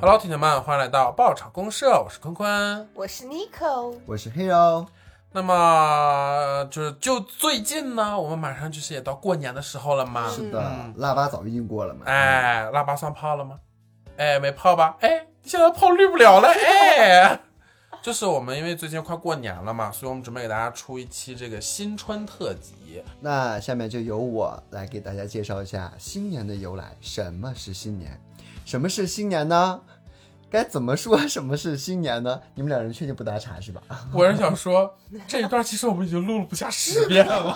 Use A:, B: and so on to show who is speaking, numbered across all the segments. A: Hello，听众们，欢迎来到爆炒公社，我是坤坤。
B: 我是 Nico，
C: 我是 Hero，
A: 那么就是就最近呢，我们马上就是也到过年的时候了嘛，嗯
C: 是的，嗯腊八早已经过了嘛，
A: 哎，腊八蒜泡了吗？哎，没泡吧？哎，现在泡绿不 了了，哎。就是我们因为最近快过年了嘛，所以我们准备给大家出一期这个新春特辑。
C: 那下面就由我来给大家介绍一下新年的由来。什么是新年？什么是新年呢？该怎么说什么是新年呢？你们两人确定不打岔是吧？
A: 我是想 说，这一段其实我们已经录了不下十遍了。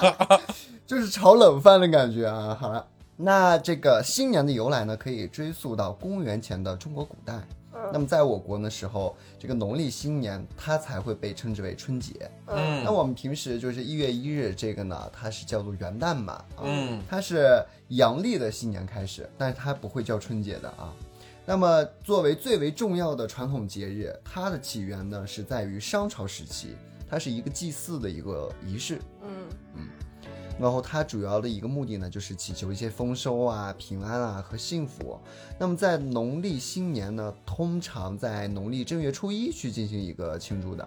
C: 就是炒冷饭的感觉啊。好了，那这个新年的由来呢，可以追溯到公元前的中国古代。那么在我国呢时候，这个农历新年它才会被称之为春节。
B: 嗯
C: 那我们平时就是一月一日这个呢，它是叫做元旦嘛，啊、
A: 嗯，
C: 它是阳历的新年开始，但是它不会叫春节的啊。那么作为最为重要的传统节日，它的起源呢是在于商朝时期，它是一个祭祀的一个仪式。
B: 嗯
C: 然后它主要的一个目的呢，就是祈求一些丰收啊、平安啊和幸福。那么在农历新年呢，通常在农历正月初一去进行一个庆祝的。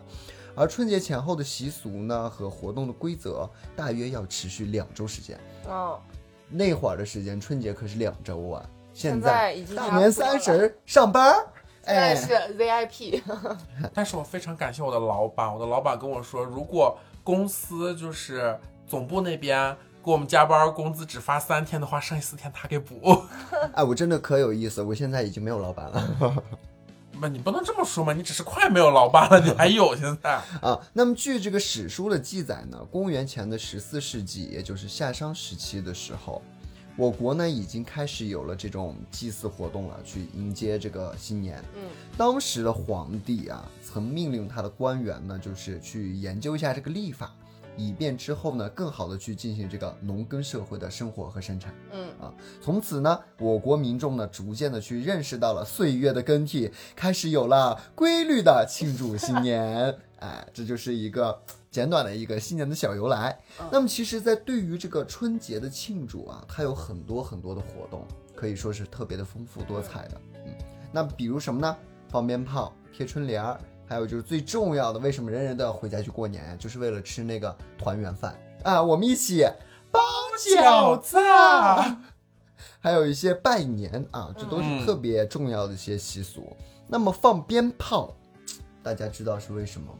C: 而春节前后的习俗呢和活动的规则，大约要持续两周时间。
B: 哦，
C: 那会儿的时间，春节可是两周啊。现
B: 现在已经
C: 大
B: 差不
C: 年
B: 多了
C: 三十儿上班儿，
B: 现在
C: 哎，
B: 是 VIP，
A: 但是我非常感谢我的老板，我的老板跟我说，如果公司就是总部那边给我们加班，工资只发三天的话，剩下四天他给补。
C: 哎，我真的可有意思，我现在已经没有老板了。
A: 不，你不能这么说嘛，你只是快没有老板了，你还有现在。
C: 啊，那么据这个史书的记载呢，公元前的十四世纪，也就是夏商时期的时候，我国呢已经开始有了这种祭祀活动了，去迎接这个新年。
B: 嗯，
C: 当时的皇帝啊，曾命令他的官员呢，就是去研究一下这个历法，以便之后呢，更好的去进行这个农耕社会的生活和生产。
B: 嗯
C: 从此呢，我国民众呢，逐渐的去认识到了岁月的更替，开始有了规律的庆祝新年。 哎，这就是一个简短的一个新年的小由来
B: 嗯。
C: 那么，其实，在对于这个春节的庆祝啊，它有很多很多的活动，可以说是特别的丰富多彩的。嗯，那比如什么呢？放鞭炮、贴春联儿，还有就是最重要的，为什么人人都要回家去过年，就是为了吃那个团圆饭啊！我们一起包饺子。还有一些拜年啊，这都
A: 嗯
C: 是特别重要的一些习俗。那么放鞭炮，大家知道是为什么吗？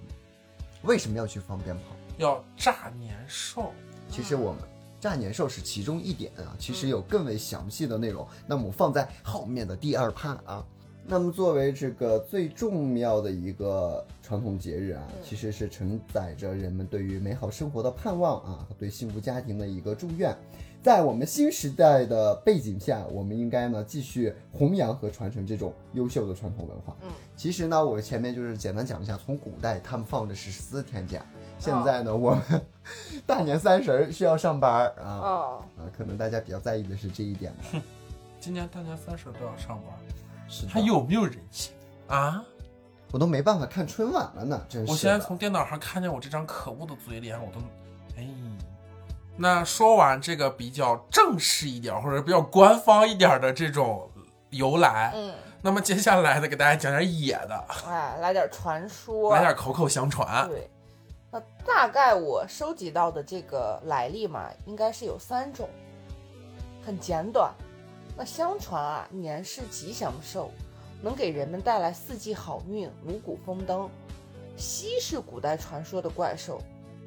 C: 为什么要去放鞭炮？
A: 要炸年兽，
C: 其实我们炸年兽是其中一点啊，其
B: 嗯
C: 实有更为详细的内容，那么我放在后面的第二趴啊。那么作为这个最重要的一个传统节日啊
B: 嗯，
C: 其实是承载着人们对于美好生活的盼望啊，和对幸福家庭的一个祝愿。在我们新时代的背景下，我们应该呢继续弘扬和传承这种优秀的传统文化。
B: 嗯，
C: 其实呢，我前面就是简单讲一下，从古代他们放的是十四天假，现
B: 哦
C: 在呢，我们大年三十儿需要上班儿啊
B: 哦，
C: 啊，可能大家比较在意的是这一点吧。
A: 今年大年三十都要上班，
C: 是的
A: 还有没有人性啊？
C: 我都没办法看春晚了呢，真是的。
A: 我现在从电脑上看见我这张可恶的嘴脸，我都，哎。那说完这个比较正式一点儿，或者比较官方一点儿的这种由来，
B: 嗯，
A: 那么接下来呢，给大家讲点野的，
B: 哎，来点传说，
A: 来点口口相传。
B: 对。那大概我收集到的这个来历嘛，应该是有三种，很简短。那相传啊，年是吉祥兽，能给人们带来四季好运、五谷丰登。犀是古代传说的怪兽，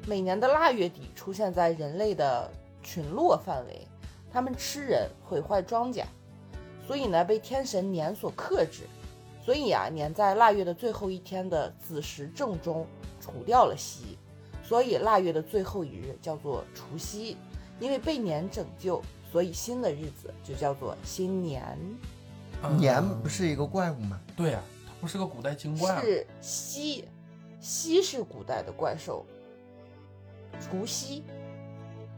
B: 每年的腊月底出现在人类的群落范围，它们吃人，毁坏庄稼，所以呢被天神年所克制。所以啊，年在腊月的最后一天的子时正中除掉了夕，所以腊月的最后一日叫做除夕。因为被年拯救，所以新的日子就叫做新年，
A: 嗯
C: 年不是一个怪物吗？
A: 对呀、它不是个古代精怪吗，
B: 是夕，夕是古代的怪兽，除夕，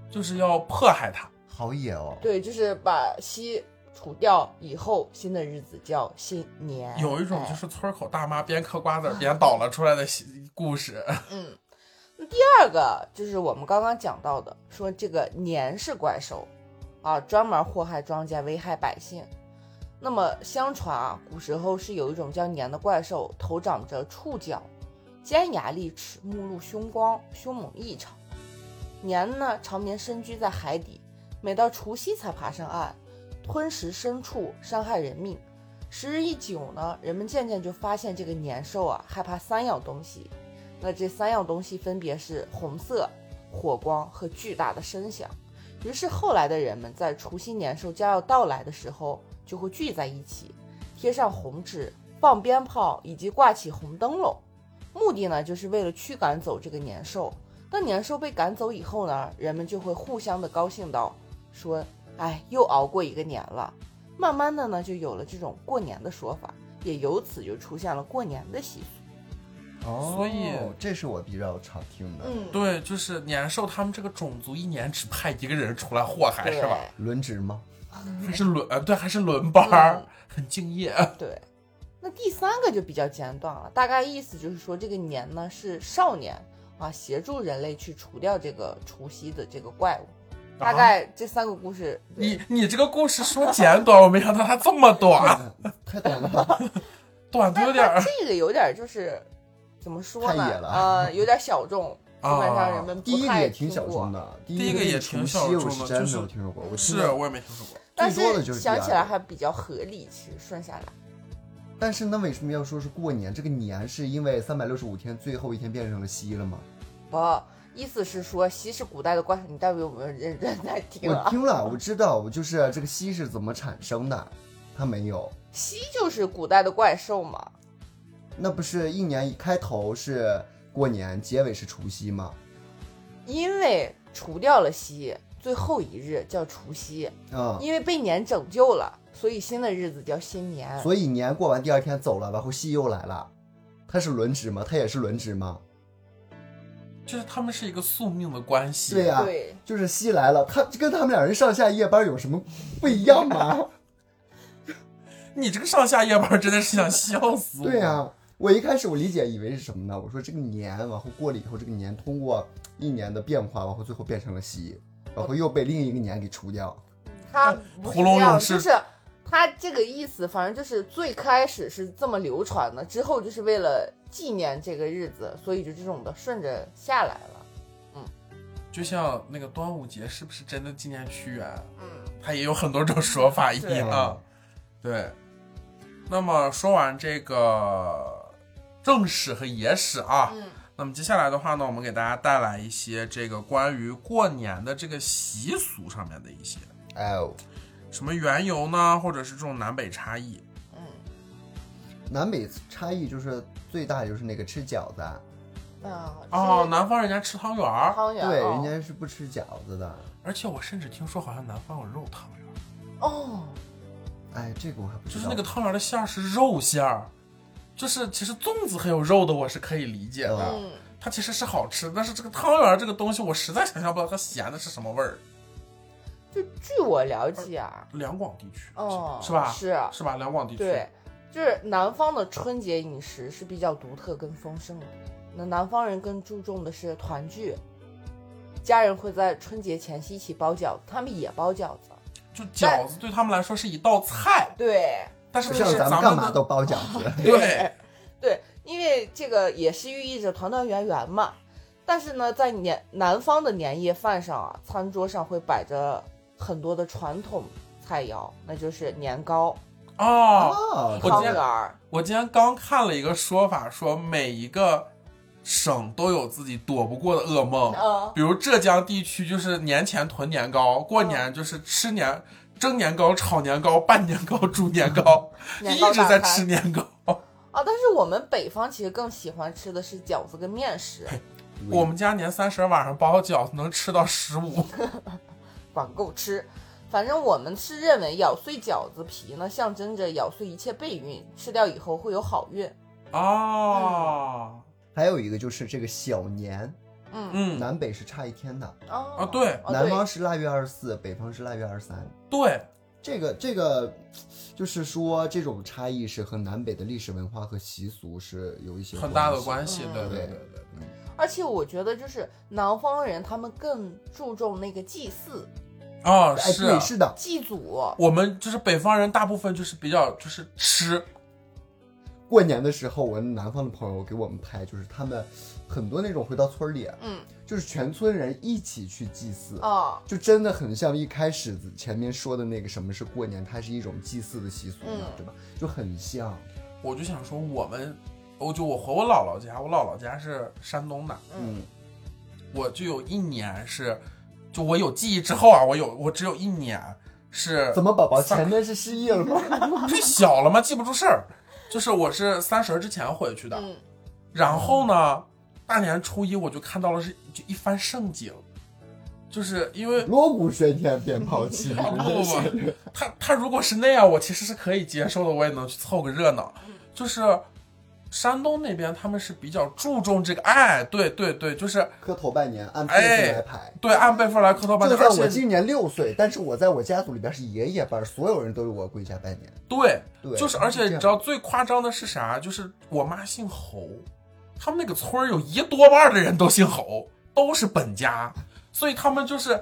A: 就是要迫害它。
C: 好野哦。
B: 对，就是把夕除掉以后，新的日子叫新年。
A: 有一种
B: 哎
A: 就是村口大妈边嗑瓜子儿边倒了出来的戏故 事。
B: 嗯，那第二个就是我们刚刚讲到的，说这个年是怪兽，啊，专门祸害庄稼，危害百姓。那么相传啊，古时候是有一种叫年的怪兽，头长着触角，尖牙利齿，目露凶光，凶猛异常。年呢，常年深居在海底，每到除夕才爬上岸，吞食牲畜，伤害人命。时日一久呢，人们渐渐就发现这个年兽啊，害怕三样东西。那这三样东西分别是红色、火光和巨大的声响。于是后来的人们在除夕年兽将要到来的时候，就会聚在一起，贴上红纸，放鞭炮，以及挂起红灯笼。目的呢，就是为了驱赶走这个年兽。当年兽被赶走以后呢，人们就会互相的高兴到说：“哎，又熬过一个年了。”慢慢的呢，就有了这种过年的说法，也由此就出现了过年的习俗。
C: 哦，
A: 所以
C: 这是我比较常听的。
B: 嗯，
A: 对，就是年兽他们这个种族一年只派一个人出来祸害，
B: 对嗯
A: 是吧？
C: 轮值吗？
A: 还是轮呃对，还是轮班儿，很敬业。
B: 对，那第三个就比较简短了，大概意思就是说，这个年呢是少年啊，协助人类去除掉这个除夕的这个怪物。大
A: 啊、
B: 概这三个故事，对
A: 你你这个故事说简短，我没想到它这么 短，
C: 太短了 吧？
A: 短的有
B: 但
A: 点
B: 但
A: 儿
B: 这个有点就是怎么说
C: 太野
B: 呢？
C: 了
B: 呃，有点小 众，基本上人
A: 啊。
B: 们不
C: 第一个
B: 太
C: 也挺
B: 听
C: 小
B: 过
C: 众的，第
A: 第一
C: 一
A: 个也
C: 是
A: 挺
C: 除
A: 小
C: 夕
A: 众
C: 我
A: 的
C: 是真
A: 就
C: 没
A: 是
C: 有听说过。我听
A: 是
C: 过
A: 我也没听说过，
B: 但
C: 最多的就是第
B: 想
C: 二
B: 起来
C: 个
B: 还比较合理，其实顺下来，
C: 但是那为什么要说是过年？这个年是因为三百六十五天最后一天变成了夕了吗？
B: 不。意思是说，西是古代的怪兽，你到底有没有认真在听
C: 我
B: 啊？
C: 听了，我知道，我就是这个夕是怎么产生的，它没有。
B: 西就是古代的怪兽嘛，
C: 那不是一年一开头是过年，结尾是除夕吗？
B: 因为除掉了夕，最后一日叫除夕，
C: 嗯，
B: 因为被年拯救了，所以新的日子叫新年。
C: 所以年过完第二天走了，然后夕又来了，它是轮值吗？它也是轮值吗？
A: 就是他们是一个宿命的关系。
C: 对呀、
B: 对，啊
C: 就是夕来了，他跟他们两人上下夜班有什么不一样吗？
A: 你这个上下夜班真的是想笑死我。
C: 对啊呀、我一开始我理解以为是什么呢？我说这个年，然后过了以后，这个年通过一年的变化，然后最后变成了夕，然后又被另一个年给除掉。
B: 它不是
A: 屠龙
B: 这样
A: 勇
B: 就
A: 士
B: 是它这个意思，反正就是最开始是这么流传的，之后就是为了纪念这个日子，所以就这种的顺着下来了。
A: 就像那个端午节是不是真的纪念屈原？
B: 嗯，
A: 它也有很多种说法一
C: 啊
A: 样。
C: 嗯
A: 对，那么说完这个正史和野史啊，
B: 嗯
A: 那么接下来的话呢，我们给大家带来一些这个关于过年的这个习俗上面的一些
C: 哎呦，
A: 什么缘由呢，或者是这种南北差异。
B: 嗯
C: 南北差异就是最大就是那个吃饺子，
B: 啊
A: 哦，
C: 嗯
B: 是
A: 南方人家吃汤圆儿，
B: 汤圆
C: 对，
B: 哦
C: 人家是不吃饺子的。
A: 而且我甚至听说好像南方有肉汤圆儿，
B: 哦，
C: 哎，这个我还不知
A: 就
C: 道。
A: 是那个汤圆儿的馅儿是肉馅儿，就是其实粽子很有肉的，我是可以理解的。
C: 嗯
B: 嗯，
A: 它其实是好吃，但是这个汤圆儿这个东西，我实在想象不到它咸的是什么味儿。
B: 就据我了解啊，
A: 两广地区，
B: 哦，
A: 是吧？
B: 是啊，
A: 是吧？两广地区，
B: 对，就是南方的春节饮食是比较独特跟丰盛的。那南方人更注重的是团聚，家人会在春节前夕一起包饺子，他们也包饺子。
A: 就饺子对他们来说是一道菜，
B: 对
A: 但是
C: 不
A: 这
C: 像
A: 是
C: 咱
A: 咱
C: 们干嘛
A: 的
C: 都包饺子，
A: 对，
B: 对，因为这个也是寓意着团团圆圆嘛。但是呢，在年南方的年夜饭上啊，餐桌上会摆着很多的传统菜肴，那就是年糕、
A: 哦。
C: 哦
A: 我
B: 汤
A: 今天
B: 圆儿。
A: 我今天刚看了一个说法，说每一个省都有自己躲不过的噩梦，
B: 嗯，
A: 比如浙江地区就是年前囤年糕，过年就是吃年蒸年糕、炒年糕、拌年糕、煮年糕，
B: 嗯年
A: 一
B: 糕
A: 直
B: 大
A: 在
B: 餐
A: 吃年糕。
B: 啊，但是我们北方其实更喜欢吃的是饺子跟面食，
A: 我们家年三十晚上包饺子能吃到十五，
B: 管够吃。反正我们是认为咬碎饺子皮呢，象征着咬碎一切霉运，吃掉以后会有好运。
A: 哦，
C: 还有一个就是这个小年，
B: 嗯，
A: 嗯，
C: 南北是差一天的，
B: 哦
A: 啊对
B: 哦
C: 南方是腊月二十四，北方是腊月二十三。
A: 对，
C: 这个这个，就是说这种差异是和南北的历史文化和习俗是有一些
A: 很大的
C: 系。嗯
A: 关系，啊
B: 嗯
A: 对对
C: 对
A: 对对。
B: 而且我觉得就是南方人他们更注重那个祭祀，
A: 哦，
C: 哎，
A: 是
C: 对，是的，
B: 祭祖，
A: 我们就是北方人，大部分就是比较就是吃，
C: 过年的时候，我南方的朋友给我们拍，就是他们很多那种回到村儿里，啊
B: 嗯，
C: 就是全村人一起去祭祀，
B: 哦，
C: 就真的很像一开始前面说的那个什么是过年，它是一种祭祀的习俗嘛，
B: 嗯
C: 对吧？就很像，
A: 我就想说我们，我就我回我姥姥家，我姥姥家是山东的，
B: 嗯，
A: 我就有一年是，就我有记忆之后啊，我有我只有一年是
C: 怎么宝宝
A: 丧
C: 前面是失忆 了吗？
A: 太小了嘛，记不住事儿，就是我是三十儿之前回去的，
B: 嗯，
A: 然后呢，大年初一我就看到了是就一番盛景，就是因为
C: 锣鼓喧天鞭炮 齐，
A: 不不
C: 真是
A: 哦不，他他如果是那样，我其实是可以接受的，我也能去凑个热闹。就是山东那边他们是比较注重这个，哎，对对对，就是
C: 磕头拜年，按辈分来排。
A: 对按辈分来磕头拜
C: 就
A: 年，
C: 在
A: 而
C: 我
A: 且
C: 今年六岁，但是我在我家族里边是爷爷辈儿，所有人都是我归家拜年。
A: 对，
C: 对，
A: 就是而且
C: 这
A: 你
C: 样
A: 知道最夸张的是啥？就是我妈姓侯，他们那个村儿有一多半儿的人都姓侯，都是本家，所以他们就是。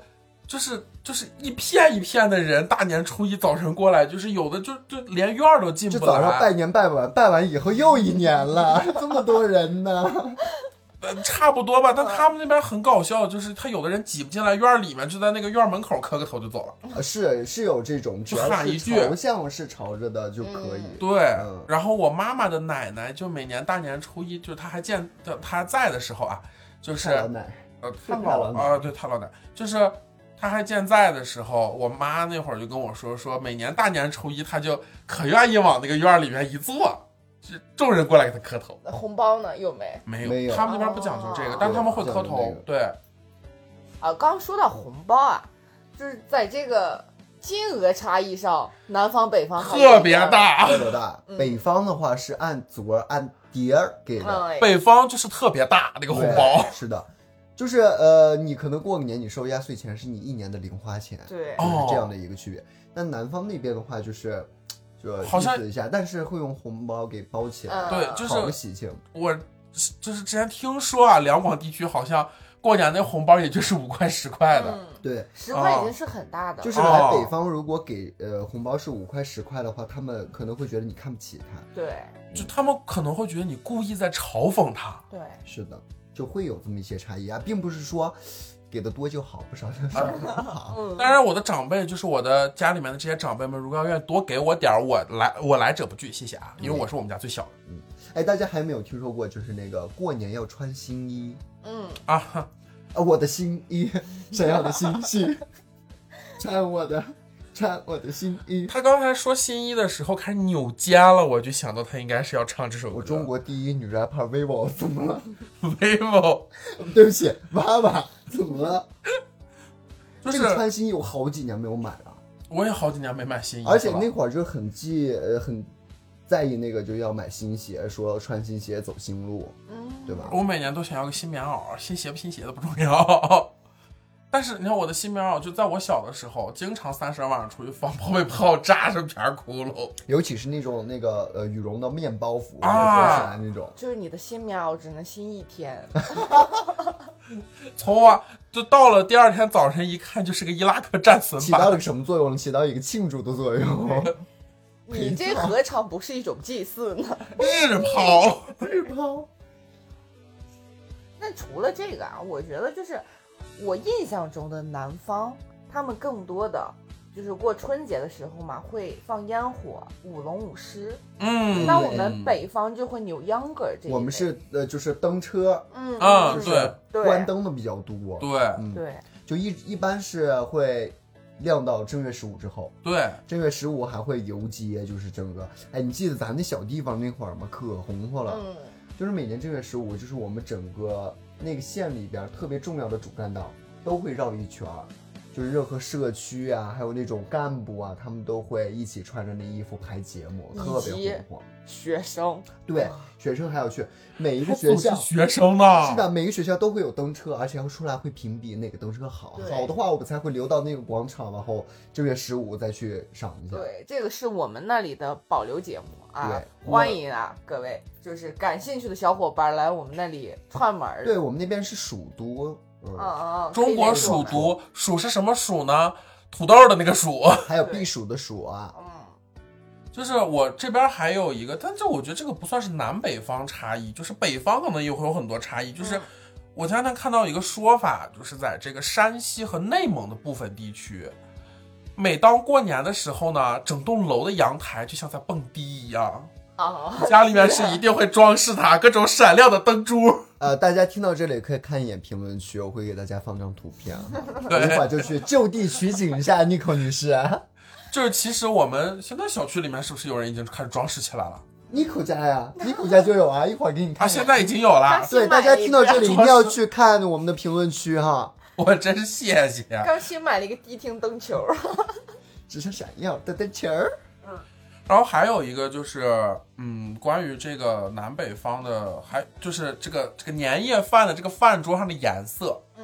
A: 就是就是一片一片的人，大年初一早晨过来，就是有的就就连院儿都进
C: 就
A: 不
C: 早上
A: 来
C: 拜，年拜完，拜完以后又一年 了，
A: 嗯
C: 这么多人呢。
A: 呃，差不多吧。
C: 嗯
A: 但他们那边很搞笑，就是他有的人挤不进来院儿里面，就在那个院儿门口磕个头就走了。
C: 呃是是有这种，只
A: 就
C: 要
A: 喊一
C: 是
A: 句
C: 头像是朝着的就可以。
A: 对
C: 嗯，
A: 然后我妈妈的奶奶就每年大年初一，就是她还健，她还在的时候啊，就是
C: 太老奶，
A: 呃，
C: 太
A: 太老
C: 老了
A: 啊，对，太老奶，就是他还健在的时候，我妈那会儿就跟我说，说每年大年初一，她就可愿意往那个院儿里面一坐，就众人过来给她磕头。
B: 那红包呢？有没？
A: 没有，
C: 没有
A: 他们那边不讲究这个，
B: 哦
A: 但他们会磕
C: 对不讲
A: 头
C: 究。
A: 对，
B: 啊，刚说到红包啊，就是在这个金额差异上，南方北方还
A: 特别
B: 不一样。
A: 大。
C: 特别大。
B: 嗯
C: 北方的话是按左按碟儿给的，
B: 哎，
A: 北方就是特别大那个红
C: 对
A: 包。
C: 是的，就是呃，你可能过个年你收压岁钱是你一年的零花钱，
B: 对
A: 哦，
C: 就是这样的一个区别。但南方那边的话就是，就
A: 好像
C: 意思一下，但是会用红包给包起来，
B: 嗯
A: 对，就
C: 好
A: 是
C: 喜庆。
A: 我，就是之前听说啊，两广地区好像过年那红包也就是五块十块的。
B: 嗯，
C: 对，
B: 十块已经是很大的了，
C: 就是来
A: 哦
C: 北方如果给呃红包是五块十块的话，他们可能会觉得你看不起他。
B: 对
A: 就他们可能会觉得你故意在嘲讽他。
B: 对，
C: 是的，就会有这么一些差异啊，并不是说给的多就好，不少就少就好。
B: 嗯，
A: 当然，我的长辈就是我的家里面的这些长辈们，如果要愿意多给我点儿，我来我来者不拒，谢谢啊，因为我是我们家最小的
C: 哎，大家还没有听说过，就是那个过年要穿新衣
B: 嗯，
A: 啊。哈
C: 啊，我的新衣，闪耀的星星，穿我的，穿我的新衣。
A: 他刚才说新一的时候开始扭肩了，我就想到他应该是要唱这首歌。
C: 我 中国第一女 rapper vivo 怎么了？
A: vivo
C: 对不起，娃娃怎么了？
A: 就
C: 这
A: 是
C: 个穿新衣我好几年没有买了。
A: 我也好几年没买新衣服了，
C: 而且那会儿就很记呃很在意那个就要买新鞋，说穿新鞋走新路，
B: 嗯
C: 对吧？
A: 我每年都想要个新棉袄，新鞋不新鞋的不重要。但是你看我的新棉袄，就在我小的时候，经常三十晚上出去放炮被炮炸成片儿窟窿。
C: 尤其是那种那个呃羽绒的面包服
A: 啊
C: 折起来那种，
B: 就是你的新棉袄只能新一 天，
A: 从啊，就到了第二天早晨一看，就是个伊拉克战 损
C: 起
A: 版
C: 到了什么作用呢？起到一个庆祝的作 用。
B: 你这何尝不是一种祭祀呢？
A: 日抛。
C: 日抛
B: 那除了这个啊，我觉得就是我印象中的南方，他们更多的就是过春节的时候嘛，会放烟火、舞龙舞狮。
A: 嗯，
B: 那我们北方就会扭秧歌儿这一类。
C: 我们是呃就是灯车
B: 嗯
A: 啊
B: 嗯
C: 就是
A: 对
C: 关
B: 对
C: 灯的比较多，
A: 对
C: 嗯，
B: 对
C: 就一一般是会亮到正月十五之后。
A: 对，
C: 正月十五还会游街，就是整个，哎，你记得咱那小地方那会儿吗？可红火了，
B: 嗯
C: 就是每年正月十五，就是我们整个那个县里边儿特别重要的主干道都会绕一圈儿，就是任何社区啊，还有那种干部啊，他们都会一起穿着那衣服排节目，
B: 以
C: 特别
B: 及
C: 红火。
B: 学生
C: 对，学生还要去每一个学校
A: 还总。是学生
C: 是
A: 呢，
C: 的，每个学校都会有灯车，而且要出来会评比哪个灯车好，
B: 对
C: 好的话我们才会留到那个广场，然后正月十五再去赏一下。
B: 对这个是我们那里的保留节目啊，
C: 对
B: 欢迎啊各位，就是感兴趣的小伙伴儿来我们那里串门儿。
C: 对，我们那边是蜀都，嗯，
A: 哦
B: 嗯，嗯嗯，
A: 中国
B: 属
A: 蜀都，蜀是什么蜀呢？土豆的那个鼠，
C: 还有避暑的暑啊，
B: 嗯，
A: 就是我这边还有一个，但这我觉得这个不算是南北方差异，就是北方可能也会有很多差异。就是
B: 嗯
A: 我前两天看到一个说法，就是在这个山西和内蒙的部分地区，每当过年的时候呢，整栋楼的阳台就像在蹦迪一样，
B: 哦，
A: 家里面是一定会装饰它，各种闪亮的灯珠。
C: 呃，大家听到这里可以看一眼评论区，我会给大家放张图 片啊。我
A: 对
C: 一会儿就去就地取景一下 Nico 女士。啊
A: 就是其实我们现在小区里面是不是有人已经开始装饰起来了？
C: Nico 家呀，Nico 家就有啊，一会儿给你
A: 啊，
C: 看。
A: 现在已经有了，
C: 对大家听到这里一定
A: 装
C: 要
A: 饰
C: 去看我们的评论区哈，
A: 我真谢谢。啊
B: 刚新买了一个迪厅灯球，
C: 只想闪耀的灯球儿。
A: 然后还有一个就是，嗯，关于这个南北方的，还就是这个这个年夜饭的这个饭桌上的颜色，
B: 嗯，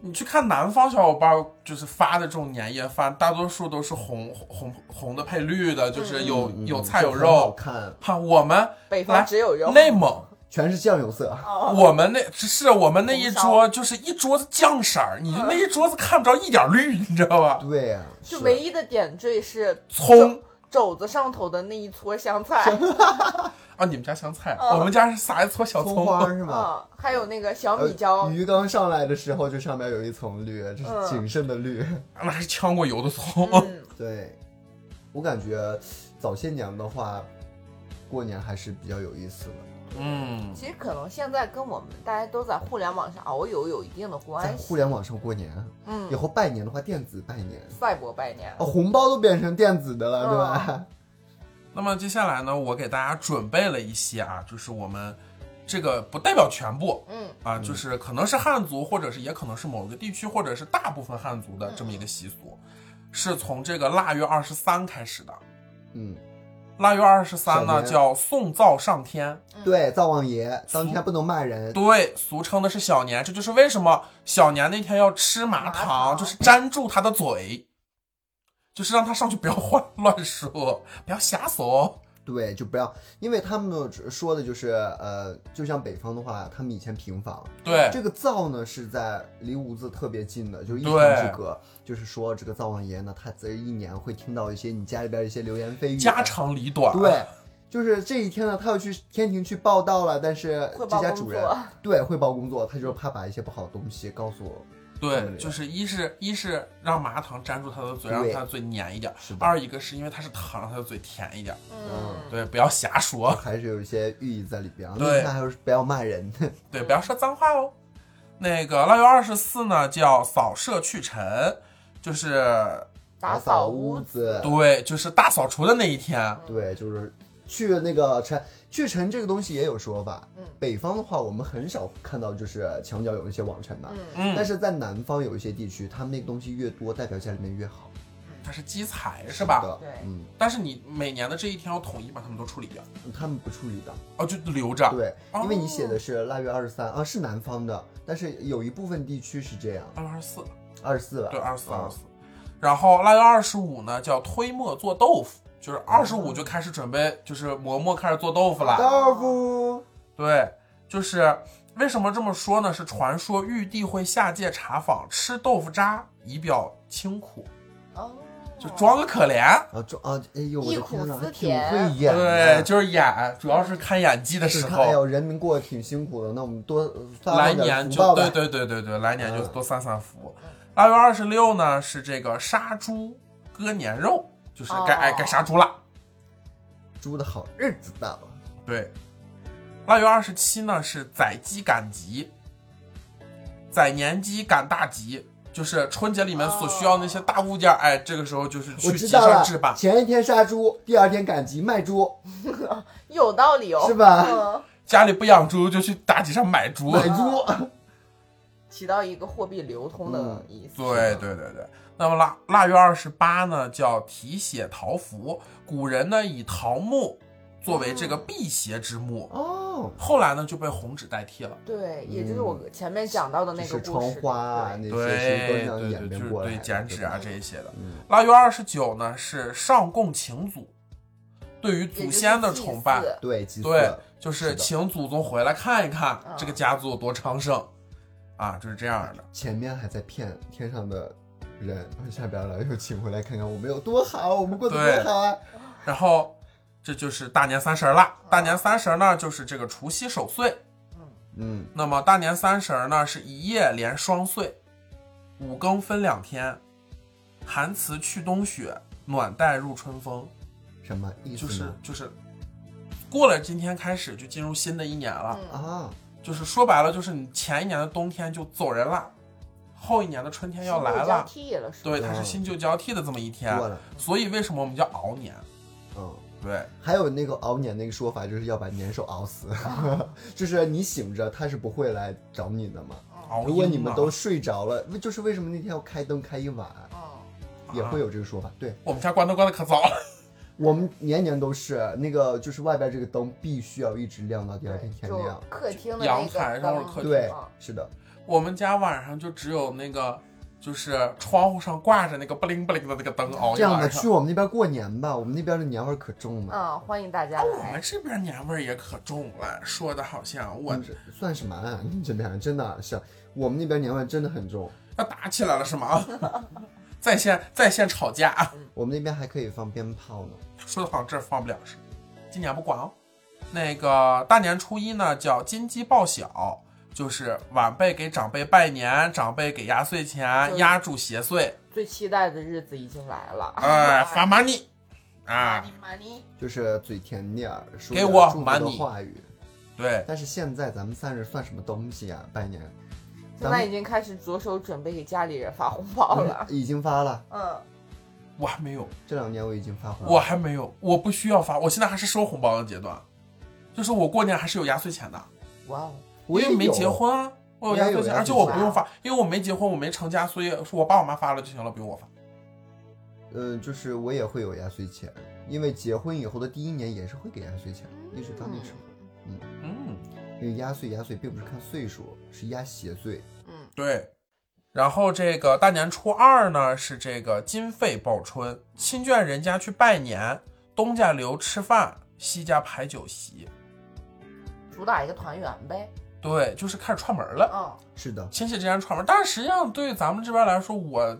A: 你去看南方小伙伴就是发的这种年夜饭，大多数都是红红红的配绿的，就是有、
C: 嗯
A: 有菜有
C: 就很好
A: 肉。
C: 看，
A: 哈，我们
B: 北方只有肉，
A: 内蒙，
C: 全是酱油色。
B: 哦，
A: 我们那只是我们那一
B: 红烧
A: 桌就是一桌子酱色儿，你那一桌子看不着一点绿，你知道吧？
C: 对呀、啊，
B: 就是唯一的点缀是
A: 葱
B: 肘子上头的那一撮香菜，
A: 啊，你们家香菜，
B: 嗯
A: 我们家是撒一撮小
C: 葱
A: 葱。
C: 花是吗？
B: 嗯，还有那个小
C: 呃
B: 米椒，嗯
C: 鱼刚上来的时候，就上面有一层绿，这是仅剩的绿。
A: 那是呛过油的葱。
B: 嗯，
C: 对，我感觉早些年的话，过年还是比较有意思的。
A: 嗯，
B: 其实可能现在跟我们大家都在互联网上遨游有一定的
C: 在
B: 关系，
C: 互联网上过年，以
B: 嗯，
C: 后拜年的话，电子拜年，
B: 赛博拜年，
C: 哦，红包都变成电子的了，对吧？
A: 那么接下来呢，我给大家准备了一些啊，就是我们这个不代表全部
B: 嗯
A: 啊，就是可能是汉族，或者是也可能是某个地区，或者是大部分汉族的这么一个习俗，是从这个腊月二十三开始的。
C: 嗯，
A: 腊月二十三
C: 小
A: 呢
C: 年
A: 叫送灶上天，
C: 对，灶王爷当天不能骂人，
A: 对，俗称的是小年，这就是为什么小年那天要吃麻
B: 麻糖
A: 糖，就是粘住他的嘴，就是让他上去不要乱乱说，不要瞎怂。
C: 对，就不要，因为他们说的就是，呃，就像北方的话，他们以前平房，
A: 对，
C: 这个灶呢是在离屋子特别近的，就是一
A: 对
C: 墙之隔。就是说这个灶王爷呢，他这一年会听到一些你家里边一些流言蜚语，
A: 家长里短。
C: 对，就是这一天呢，他要去天庭去报道了，但是
B: 汇
C: 这
B: 报
C: 家
B: 工
C: 主人
B: 作，嗯
C: 对汇报工作，他就是怕把一些不好的东西告诉我。
A: 对，
C: 嗯
A: 就是一是一是让麻糖粘住他的嘴，
C: 对
A: 让他的嘴黏一点；
C: 是的，
A: 二一个是因为它是糖，让他的嘴甜一点。
B: 嗯，
A: 对，不要瞎说，
C: 还是有一些寓意在里边啊。
A: 对
C: 那还有不要骂人，
A: 对，不要说脏话哦。那个腊月二十四呢，叫扫舍去尘，就是
B: 打
C: 扫
B: 扫屋子，
C: 子，
A: 对，就是大扫除的那一天。
C: 对，就是去那个城，去城这个东西也有说法。
B: 嗯
C: 北方的话，我们很少看到就是墙角有一些网尘的，
B: 嗯，
A: 嗯
C: 但，是在南方有一些地区，他们那个东西越多，代表家里面越好，
A: 它是积财是吧？
C: 的
B: 对
C: 嗯，
A: 但是你每年的这一天要统一把它们都处理掉，
C: 他们不处理的，
A: 哦，就留着。
C: 对，
A: 哦
C: 因为你写的是腊月二十三啊，是南方的，但是有一部分地区是这样，
A: 腊月二十四，
C: 二十四吧，
A: 对，二十四，
C: 啊
A: 二十四。然后腊月二十五呢，叫推磨做豆腐，就是二十五就开始准备，就是磨磨开始做豆腐了。
C: 哦啊豆腐，
A: 对，就是为什么这么说呢？是传说玉帝会下界查访，吃豆腐渣以表清苦，
B: 哦，
A: 就装个可怜。
C: 啊中啊，哎呦，我
B: 忆
C: 的
B: 苦
C: 天哪，
B: 思
C: 还挺
B: 甜
C: 会演
A: 对，
C: 的。
A: 就是演，主要是看演技的
C: 就是
A: 时
C: 看，哎
A: 候。
C: 呦，人民过得挺辛苦的，那我们多呃发
A: 来
C: 放点
A: 年
C: 福
A: 就
C: 报吧
A: 对对对对对，来年就
C: 嗯
A: 多散散福。腊月二十六呢是这个杀猪割年肉，就是该哎
B: 哦
A: 该杀猪了。
C: 猪的好日子到了。
A: 对，腊月二十七呢是宰鸡赶集，宰年鸡赶大集，就是春节里面所需要那些大物件，哎，这个时候就是
C: 我
A: 去
C: 知
A: 集
C: 道
A: 上
C: 了
A: 置办，。
C: 前一天杀猪，第二天赶集卖猪，
B: 有道理哦，
C: 是吧？
B: 嗯，
A: 家里不养猪就去大集上买猪。
C: 买猪，
B: 起到一个货币流通的
C: 嗯
B: 意思，
A: 对对对对。那么腊腊月二十八呢叫提血桃符，古人呢以桃木作为这个辟邪之木，
C: 哦，
A: 后来呢就被红纸代替了。
B: 对，也就是我前面讲到的那个
C: 就嗯是
B: 故
C: 窗
B: 事，
C: 花啊，那
A: 对
C: 些是都是这样
A: 对
C: 演
A: 对，就
C: 变
A: 是
C: 过来
A: 对
C: 的，
A: 剪纸啊
C: 对吧
A: 这一些的。
C: 嗯，
A: 腊月二十九呢是上供请祖，对于
B: 对
A: 祖先的崇拜，，
C: 对，祭祀
A: 对，就是
C: 是的
A: 请祖宗回来看一看
B: 啊
A: 这 个家族有多昌盛，啊，就是这样的。
C: 前面还在骗天上的人， 然后下边儿了又请回来看看我们有多好，我们过得多好啊！
A: 然后这就是大年三十儿了。大年三十儿呢，就是这个除夕守岁。
C: 嗯，
A: 那么大年三十儿呢，是一夜连双岁，五更分两天，寒辞去冬雪，暖带入春风。
C: 什么意
A: 就
C: 思
A: 是
C: 呢？
A: 就是，过了今天开始就进入新的一年了。
B: 嗯
C: 啊，
A: 就是说白了，就是你前一年的冬天就走人了，后一年的春天要来
B: 交
A: 了。
B: 替了，是吧
A: 对，它是新旧交替的这么一天
C: 过。了，
A: 所以为什么我们叫熬年？
C: 嗯。
A: 对，
C: 还有那个熬年那个说法，就是要把年兽熬死， 就是你醒着，它是不会来找你的嘛。
B: 嗯
A: 熬
C: 如果
A: 鹰
C: 你们
A: 嘛
C: 都睡着了，为就是为什么那天要开灯开一晚，
B: 嗯，
C: 也
A: 啊
C: 会有这个说法。对
A: 我们家关灯关的可早了。
C: 我们年年都是那个，就是外边这个灯必须要一直亮到第二天天
B: 就
C: 亮。
B: 客厅的
A: 阳
B: 那个
A: 台上或者
B: 灯
A: 客
C: 对
B: 嗯，
C: 是的，
A: 我们家晚上就只有那个，就是窗户上挂着那个不灵不灵的那个灯熬一
C: 嗯这样吧，
A: 晚
C: 去
A: 上。
C: 我们那边过年吧，我们那边的年味儿可重了。
B: 嗯，欢迎大家
A: 啊，我
B: 来
A: 们。这边年味儿也可重了，说的好像我
C: 你这算什么啊？你这边真的是，我们那边年味儿真的很重。
A: 要打起来了是吗？ 在线在线吵架，
C: 我们那边还可以放鞭炮呢。
A: 说的好像这儿放不了似的。今年不管哦。那个大年初一呢，叫金鸡报晓，就是晚辈给长辈拜年，长辈给压岁钱，
B: 对
A: 压住邪祟，
B: 最期待的日子已经来了。
A: 哎，发 money 啊，
B: money，
C: 就是嘴甜点儿，说
A: 给
C: 点
A: 我
C: 祝福
A: 满
C: 的
A: 你
C: 话语。
A: 对，
C: 但是现在咱们三十算什么东西啊？拜年，
B: 现在已经开始着手准备给家里人发红包了。
C: 已经发了，
B: 嗯，
A: 我还没有。
C: 这两年我已经发红包
A: 我还没有，我不需要发，我现在还是收红包的阶段，就是我过年还是有压岁钱的，
B: 哇哦，
C: 我
A: 因
C: 也
A: 为没
C: 有
A: 结，婚啊，我有压岁
C: 我也
A: 钱，而
C: 有压岁钱
A: 且我不用发，因为我没结婚，我没成家，所以是我爸我妈发了就行了，不用我发。
C: 呃，就是我也会有压岁钱，因为结婚以后的第一年也是会给压岁钱，一直到那时候，
A: 嗯，
C: 因为压岁压岁并不是看岁数，是压邪祟。
B: 嗯，
A: 对。然后这个大年初二呢是这个金费报春，亲眷人家去拜年，东家留吃饭，西家排酒席。
B: 主打一个团圆呗。
A: 对，就是开始串门了，
B: 嗯，
C: 是的，
A: 亲戚之间串门。但是实际上对于咱们这边来说，我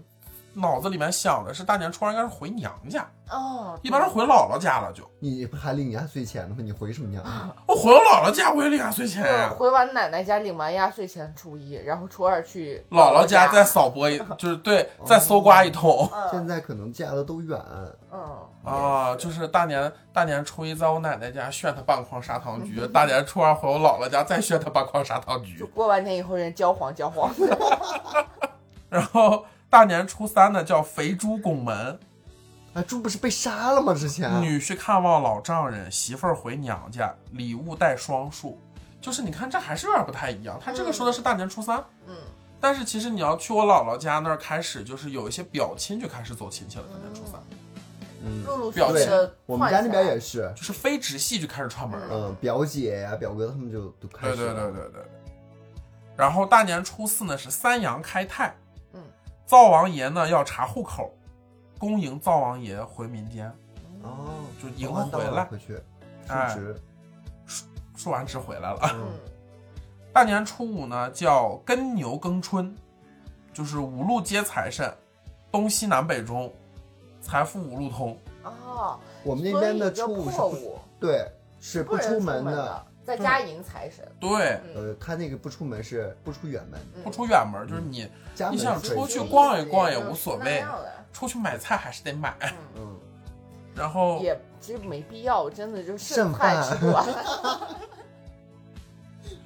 A: 脑子里面想的是大年初二应该是回娘家。
B: 哦，
A: 一般是回姥姥家了就，
C: 你还领压岁钱呢吗？你回什么娘？
A: 我回我姥姥家我也领压岁钱
B: 对
A: 呀、
B: 回完奶奶家领完压岁钱，初一，然后初二去
A: 姥
B: 姥
A: 姥家
B: 家
A: 再扫播一，就是对，
C: 哦
A: 再搜刮一通
C: 现
B: 嗯
C: 在可能嫁的都远，
B: 嗯，
A: 啊，就是大年大年初一在我奶奶家炫她半筐砂糖橘，大年初二回我姥姥家再炫她半筐砂糖橘
B: 就，过完年以后人焦黄焦黄的。
A: 然后大年初三呢叫肥猪拱门，
C: 啊，猪不是啊被杀了吗？之前
A: 女婿看望老丈人，媳妇儿回娘家，礼物带双数，就是你看这还是有点不太一样，他这个说的是大年初三。
B: 嗯，
A: 但是其实你要去我姥姥家那儿开始，就是有一些表亲就开始走亲戚了，大年初三，
C: 嗯，
B: 陆陆续
A: 表
B: 续
C: 对
B: 的，
C: 我们家那边也是，
A: 就是非直系就开始串门了。
C: 嗯，表姐呀、表哥他们就都开
A: 对
C: 始
A: 对
C: 了
A: 对对对。然后大年初四呢是三阳开泰，
B: 嗯，
A: 灶王爷呢要查户口，恭迎灶王爷回民间，
C: 哦，
A: 就迎
C: 完
A: 回
C: 到
A: 来，
C: 回去，
A: 哎
C: 述职，
A: 述完职回来了。
C: 嗯
B: 嗯，
A: 大年初五呢叫耕牛耕春，就是五路皆财神，东西南北中，财富五路通。
B: 哦，
C: 我们那边的
B: 所
C: 初
B: 以你就
C: 五
B: 是破
C: 不
B: 五
C: 对，是
B: 不
C: 不
B: 能
C: 出
B: 出
C: 门的。
B: 的，在家迎财神。
A: 对，
B: 嗯
C: 呃，他那个不出门是不出远门，
A: 不出远门就是你
C: 家门
A: 你想
C: 水
A: 出
C: 是
A: 去
C: 不
A: 逛一逛也无所谓
B: 那样的
A: 嗯出去买菜还是得买，
B: 嗯
C: 嗯，
A: 然后
B: 也其实没必要，真的就是
C: 剩
B: 菜
C: 饭
B: 吃不完。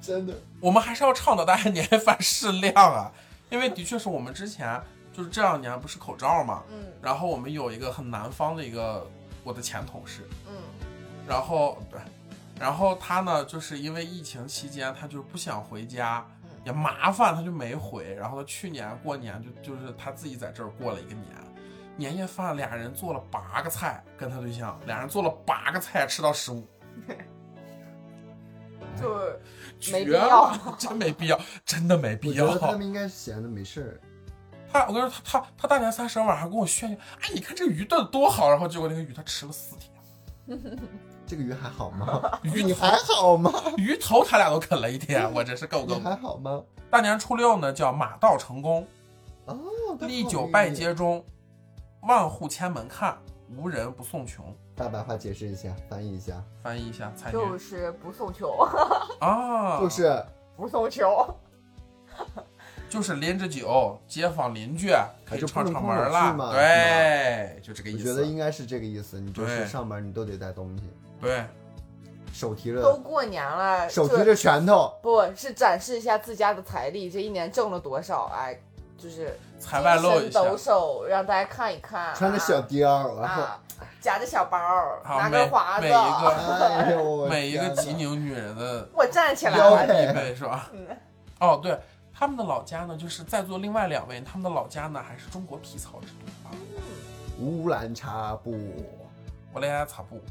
C: 真的
A: 我们还是要倡导大家年 夜饭适量啊，因为的确是我们之前就是这两年不是口罩嘛，
B: 嗯
A: 然后我们有一个很南方的一个我的前同事，
B: 嗯
A: 然后对，然后他呢就是因为疫情期间他就是不想回家
B: 嗯，
A: 也麻烦他就没回，然后他去年过年就就是他自己在这儿过了一个年。年夜饭，俩人做了八个菜，跟他对象，俩人做了八个菜，吃到十五，
B: 就是没
A: 绝
B: 必要
A: 了，哎 真没必要，真的没必
C: 我
A: 要。
C: 觉得他们应该是闲的没事儿，
A: 他，我跟你说，他他他大年三十晚上跟我炫耀，哎，你看这个鱼炖得多好，然后结果那个鱼他吃了四天，
C: 这个鱼还好吗？
A: 鱼
C: 你还好吗？
A: 鱼头他俩都啃了一天，我真是够
C: 嗯你
A: 够。
C: 还好吗？
A: 大年初六呢叫马到成功，
C: 哦，大
A: 历
C: 好
A: 久
C: 寓
A: 拜
C: 意
A: 街中，万户千门看，无人不送穷。
C: 大白话解释一下，翻译一下，
A: 翻译一下，才女
B: 就是不送穷，
A: 啊，
C: 就是
B: 不送穷。
A: 就是拎着酒，街坊邻居可以
C: 就
A: 串
C: 碰
A: 串
C: 碰
A: 门
C: 我
A: 儿
C: 去嘛
A: 啦。对，就这个
C: 我
A: 意
C: 觉得
A: 思。
C: 应该是这个意思。你就是
A: 对
C: 上门你都得带东西，
A: 对，
C: 手提
B: 都
C: 着
B: 过年了，
C: 手
B: 这
C: 提着拳头，
B: 不是展示一下自家的财力，这一年挣了多少哎，就是
A: 才外露一
B: 精神
A: 下。
B: 抖擞，让大家看一看。
C: 穿着小貂儿，
B: 啊
C: 然后
B: 啊，夹着小包儿，
A: 好
B: 拿
A: 每
B: 根华
A: 每，
B: 子
A: 一个
C: 哎呦，我
A: 啊 每一个
C: 天
A: 吉
C: 哪
A: 宁女人的
B: 我站起来
C: 腰
B: 了。
C: 配
A: 必备是 吧
B: 嗯？
A: 哦，对，他们的老家呢，就是在座另外两位，他们的老家呢还是中国皮草之都啊，
C: 乌兰察布，
A: 布雷埃察布。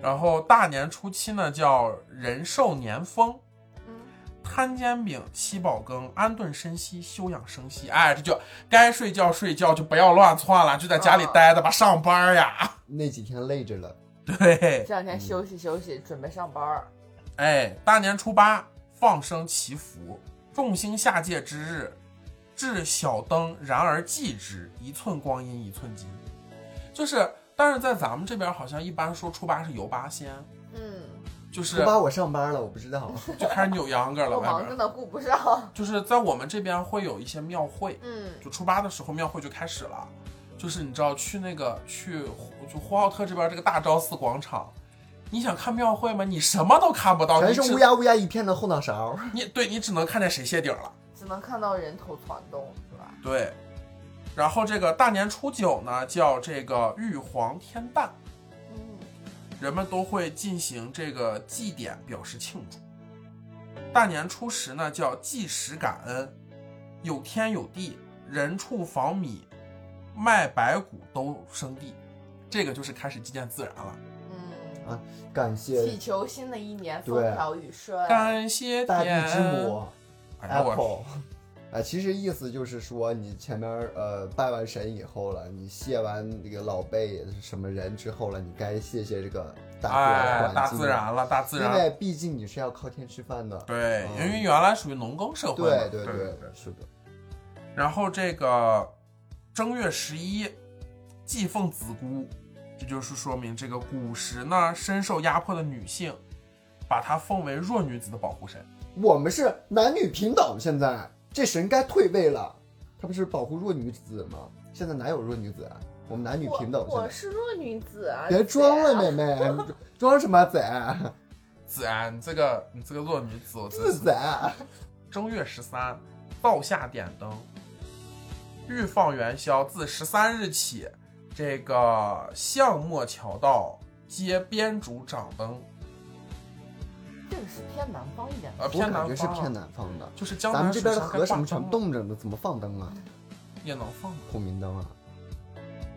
A: 然后大年初七呢叫人寿年丰，
B: 嗯
A: 摊煎饼，七宝羹，安顿身息，休养生息。哎，这就该睡觉睡觉，就不要乱窜了，就在家里待着吧，上班呀。
C: 那几天累着了，
A: 对，
B: 这两天休息休息，准备上班儿。
A: 哎，大年初八放生祈福，众星下界之日，置小灯，然而祭之，一寸光阴一寸金。就是，但是在咱们这边好像一般说初八是游八仙，
B: 嗯，
A: 就是
C: 初八我上班了，我不知道。啊
A: 就开始扭秧歌了，
B: 我
A: 外
B: 忙着
A: 边。
B: 呢，顾不上。
A: 就是在我们这边会有一些庙会，
B: 嗯，
A: 就初八的时候庙会就开始了，就是你知道去那个去呼就呼和浩特这边这个大昭寺广场，你想看庙会吗？你什么都看不到，
C: 全
A: 你
C: 是乌
A: 只
C: 鸦乌鸦一片的后脑勺，
A: 你对你只能看见谁谢顶了。
B: 只能看到人头攒动，是吧？
A: 对，然后这个大年初九呢叫这个玉皇天诞，
B: 嗯，
A: 人们都会进行这个祭典表示庆祝。大年初十呢叫祭时感恩，有天有地，人畜房米，麦白谷都生地，这个就是开始祭奠自然了。
B: 嗯，
C: 感
B: 祈
C: 谢
B: 求新的一年
C: 对
B: 风调雨顺。
A: 感谢
C: 大地
A: 天
C: 之母
A: 哎呀我
C: Apple。啊，其实意思就是说，你前面儿呃拜完神以后了，你谢完那个老辈什么人之后了，你该谢谢这个大自
A: 哎
C: 然，
A: 大自然了，大自
C: 因
A: 然。
C: 为毕竟你是要靠天吃饭的。
A: 对，
C: 嗯
A: 因为原来属于农耕社会嘛。
C: 对对
A: 对
C: 对，是的。
A: 然后这个正月十一祭奉子姑，这就是说明这个古时呢深受压迫的女性，把她奉为弱女子的保护神。
C: 我们是男女平等，现在这神该退位了，他不是保护弱女子吗？现在哪有弱女子啊？我们男女平等，
B: 我我
C: 现
B: 是弱女子啊！
C: 在别装了，
B: 姐
C: 妹妹，装什么贼？
A: 子安，你这个你这个弱女子，我真
C: 自
A: 是
C: 贼！
A: 正月十三，灶下点灯，欲放元宵。自十三日起，这个巷陌桥道皆编竹掌灯，
B: 这个是偏南方一点
A: 呃，
B: 的。
C: 我
A: 偏南方
C: 感觉是偏
A: 啊，
C: 南方的，
A: 就是江
C: 咱
A: 南
C: 们这边的
A: 水上该
C: 河什
A: 挂
C: 么全
A: 灯
C: 部
A: 了
C: 冻着呢，怎么放灯啊？
A: 也能放吗？
C: 孔明灯啊？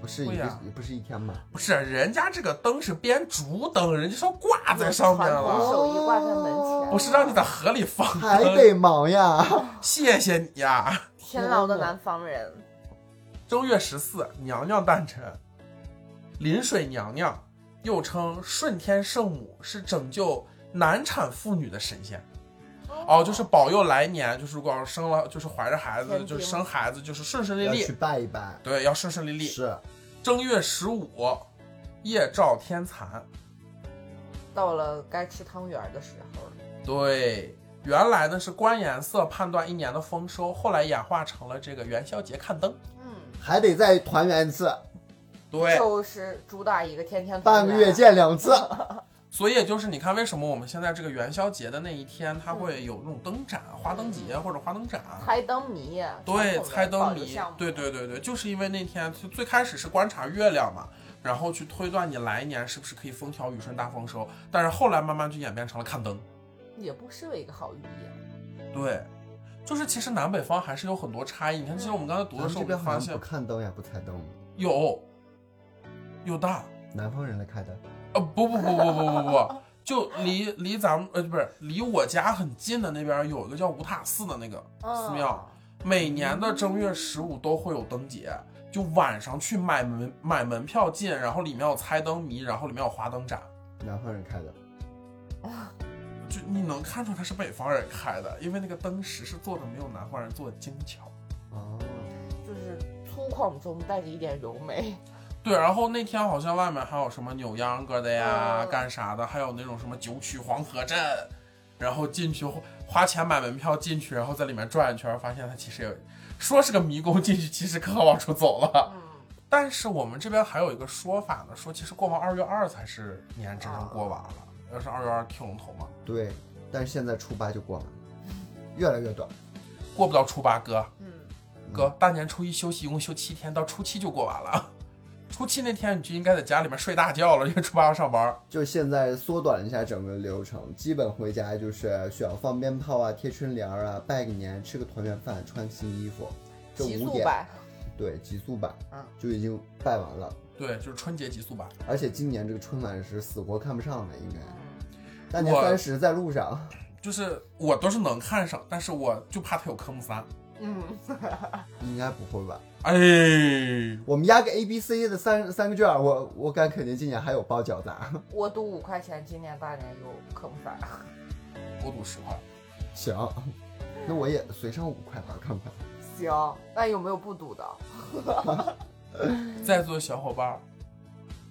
C: 不是一
A: 对
C: 个、
A: 呀
C: 不是一天 吗？
A: 不是，人家这个灯是编竹灯，人家说挂在上面
B: 传统
A: 了，
B: 手艺挂在门前。
A: 不是让你在河里放
C: 还
A: 灯。
C: 得忙呀！
A: 谢谢你呀、
B: 天老的南方人，
A: 正月十四，娘娘诞辰，临水娘娘又称顺天圣母，是拯救难产妇女的神仙。哦，就是保佑来年，就是如果要生了，就是怀着孩
B: 天
A: 子，
B: 庭
A: 就是生孩子，就是顺顺利
C: 要去
A: 利。
C: 拜一拜，
A: 对，要顺顺利利。
C: 是
A: 正月十五，夜照天残，
B: 到了该吃汤圆儿的时候了。
A: 对，原来呢是观颜色判断一年的丰收，后来演化成了这个元宵节看灯。
B: 嗯，
C: 还得再团圆一次，
A: 对，
B: 就是主打一个天天团
C: 半
B: 圆
C: 个月。见两次。
A: 所以也就是你看，为什么我们现在这个元宵节的那一天，它会有那种灯展、花灯节或者花灯展？
B: 猜灯谜，
A: 对，猜
B: 传
A: 灯
B: 统的保留
A: 谜
B: 项目，
A: 对，对对对，就是因为那天最最开始是观察月亮嘛，然后去推断你来年是不是可以风调雨顺大丰收，但是后来慢慢就演变成了看灯。
B: 也不失为一个好寓意。
A: 对，就是其实南北方还是有很多差异。你看，其实我们刚才读
C: 咱
A: 的
C: 们
A: 时候，我们
C: 这边
A: 就
C: 好
A: 发
C: 像
A: 现
C: 不看灯呀，不猜灯，
A: 有有大。
C: 南方人来开的。
A: 呃，不不不不不不不，就离离咱们呃不是离我家很近的那边有一个叫五塔寺的那个寺庙，每年的正月十五都会有灯节，就晚上去买门买门票进，然后里面有猜灯谜，然后里面有花灯展。
C: 南方人开的，
A: 就你能看出它是北方人开的，因为那个灯饰是做的没有南方人做的精巧。
C: 哦，
B: 粗犷中带着一点柔美。
A: 对，然后那天好像外面还有什么扭秧歌的呀，
B: 嗯
A: 干啥的，还有那种什么九曲黄河镇，然后进去花花钱买门票进去，然后在里面转一圈，发现它其实也说是个迷宫，进去其实可往出走了。
B: 嗯，
A: 但是我们这边还有一个说法呢，说其实过完二月二才是年真正过完了，要是二月二跳龙头嘛，
C: 对，但是现在初八就过完了，越来越短。
A: 过不到初八哥，
B: 嗯，
A: 哥大年初一休息，一共休七天，到初七就过完了。 初七那天你就应该在家里面睡大觉了，因为初八要上班。
C: 就现在缩短了一下整个流程，基本回家就是需要放鞭炮啊、贴春联儿啊、拜个年、吃个团圆饭、穿新衣服。这
B: 极
C: 五
B: 速
C: 点
B: 版，
C: 对极速版
B: 嗯
C: 就已经拜完了，
A: 对，就是春节极速版。
C: 而且今年这个春晚是死活看不上了，应该
B: 嗯，
C: 大年
A: 我
C: 三十在路上。
A: 就是我都是能看上，但是我就怕它有科目三。
B: 嗯，
C: 应该不会吧？
A: 哎，
C: 我们押个 A、B、C 的三三个卷儿，我我敢肯定今年还有包饺子啊。
B: 我赌五块钱，今年大年有可不返。
A: 我赌十块，
C: 行，那我也随上五块吧，看看。
B: 行，那有没有不赌的？
A: 在座的小伙伴，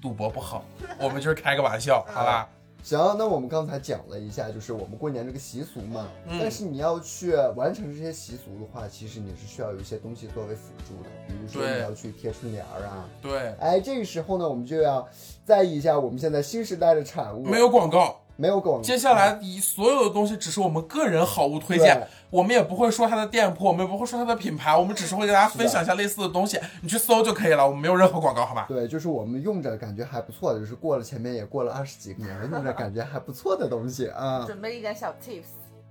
A: 赌博不好，我们就是开个玩笑，好吧？
C: 行，那我们刚才讲了一下，就是我们过年这个习俗嘛。
A: 嗯
C: 但是你要去完成这些习俗的话，其实你是需要有一些东西作为辅助的，比如说
A: 对
C: 你要去贴春联儿啊。
A: 对，
C: 哎，这个时候呢，我们就要在意一下我们现在新时代的产物，
A: 没有广告。
C: 没有广告。
A: 接下来以所有的东西只是我们个人好物推荐
C: 对，
A: 我们也不会说它的店铺，我们也不会说它的品牌，我们只是会给大家分享一下类似的东西，你去搜就可以了，我们没有任何广告，好吧？
C: 对，就是我们用着感觉还不错的，就是过了前面也过了二十几个年了，用着感觉还不错的东西 啊。
B: 准备一点小 tips。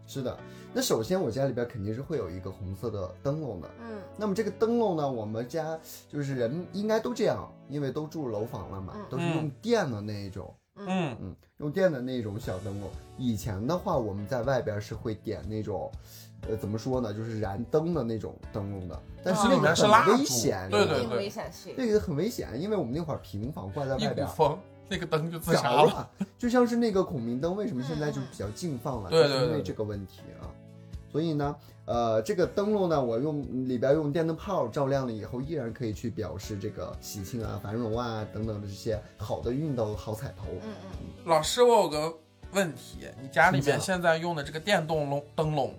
C: 是的，那首先我家里边肯定是会有一个红色的灯笼的。
B: 嗯
C: 那么这个灯笼呢，我们家就是人应该都这样，因为都住楼房了嘛
B: 嗯，
C: 都是用电的那一种，
A: 嗯，
C: 嗯，用电的那种小灯笼。以前的话，我们在外边是会点那种，呃，怎么说呢，就是燃灯的那种灯笼的，但是
B: 啊
C: 那
B: 里
C: 个
A: 面是
C: 很
A: 蜡
C: 危
A: 烛
C: 险，
A: 对
B: 一
A: 对
B: 定
A: 对
B: 危险性。
C: 这个很危险，因为我们那会儿平房挂在
A: 一
C: 外
A: 股
C: 边，
A: 风，那个灯就自
C: 着
A: 杀了。
C: 了， 就像是那个孔明灯，为什么现在就比较禁放了？
A: 嗯嗯对
C: 就是
A: 对
C: 因为
A: 对
C: 这个问题啊。所以呢，呃，这个灯笼呢，我用里边用电灯泡照亮了以后，依然可以去表示这个喜庆啊、繁荣啊等等的这些好的运都、好彩头。
B: 嗯嗯，
A: 老师，我有个问题，你家里
C: 请
A: 面
C: 讲
A: 现在用的这个电动笼灯笼，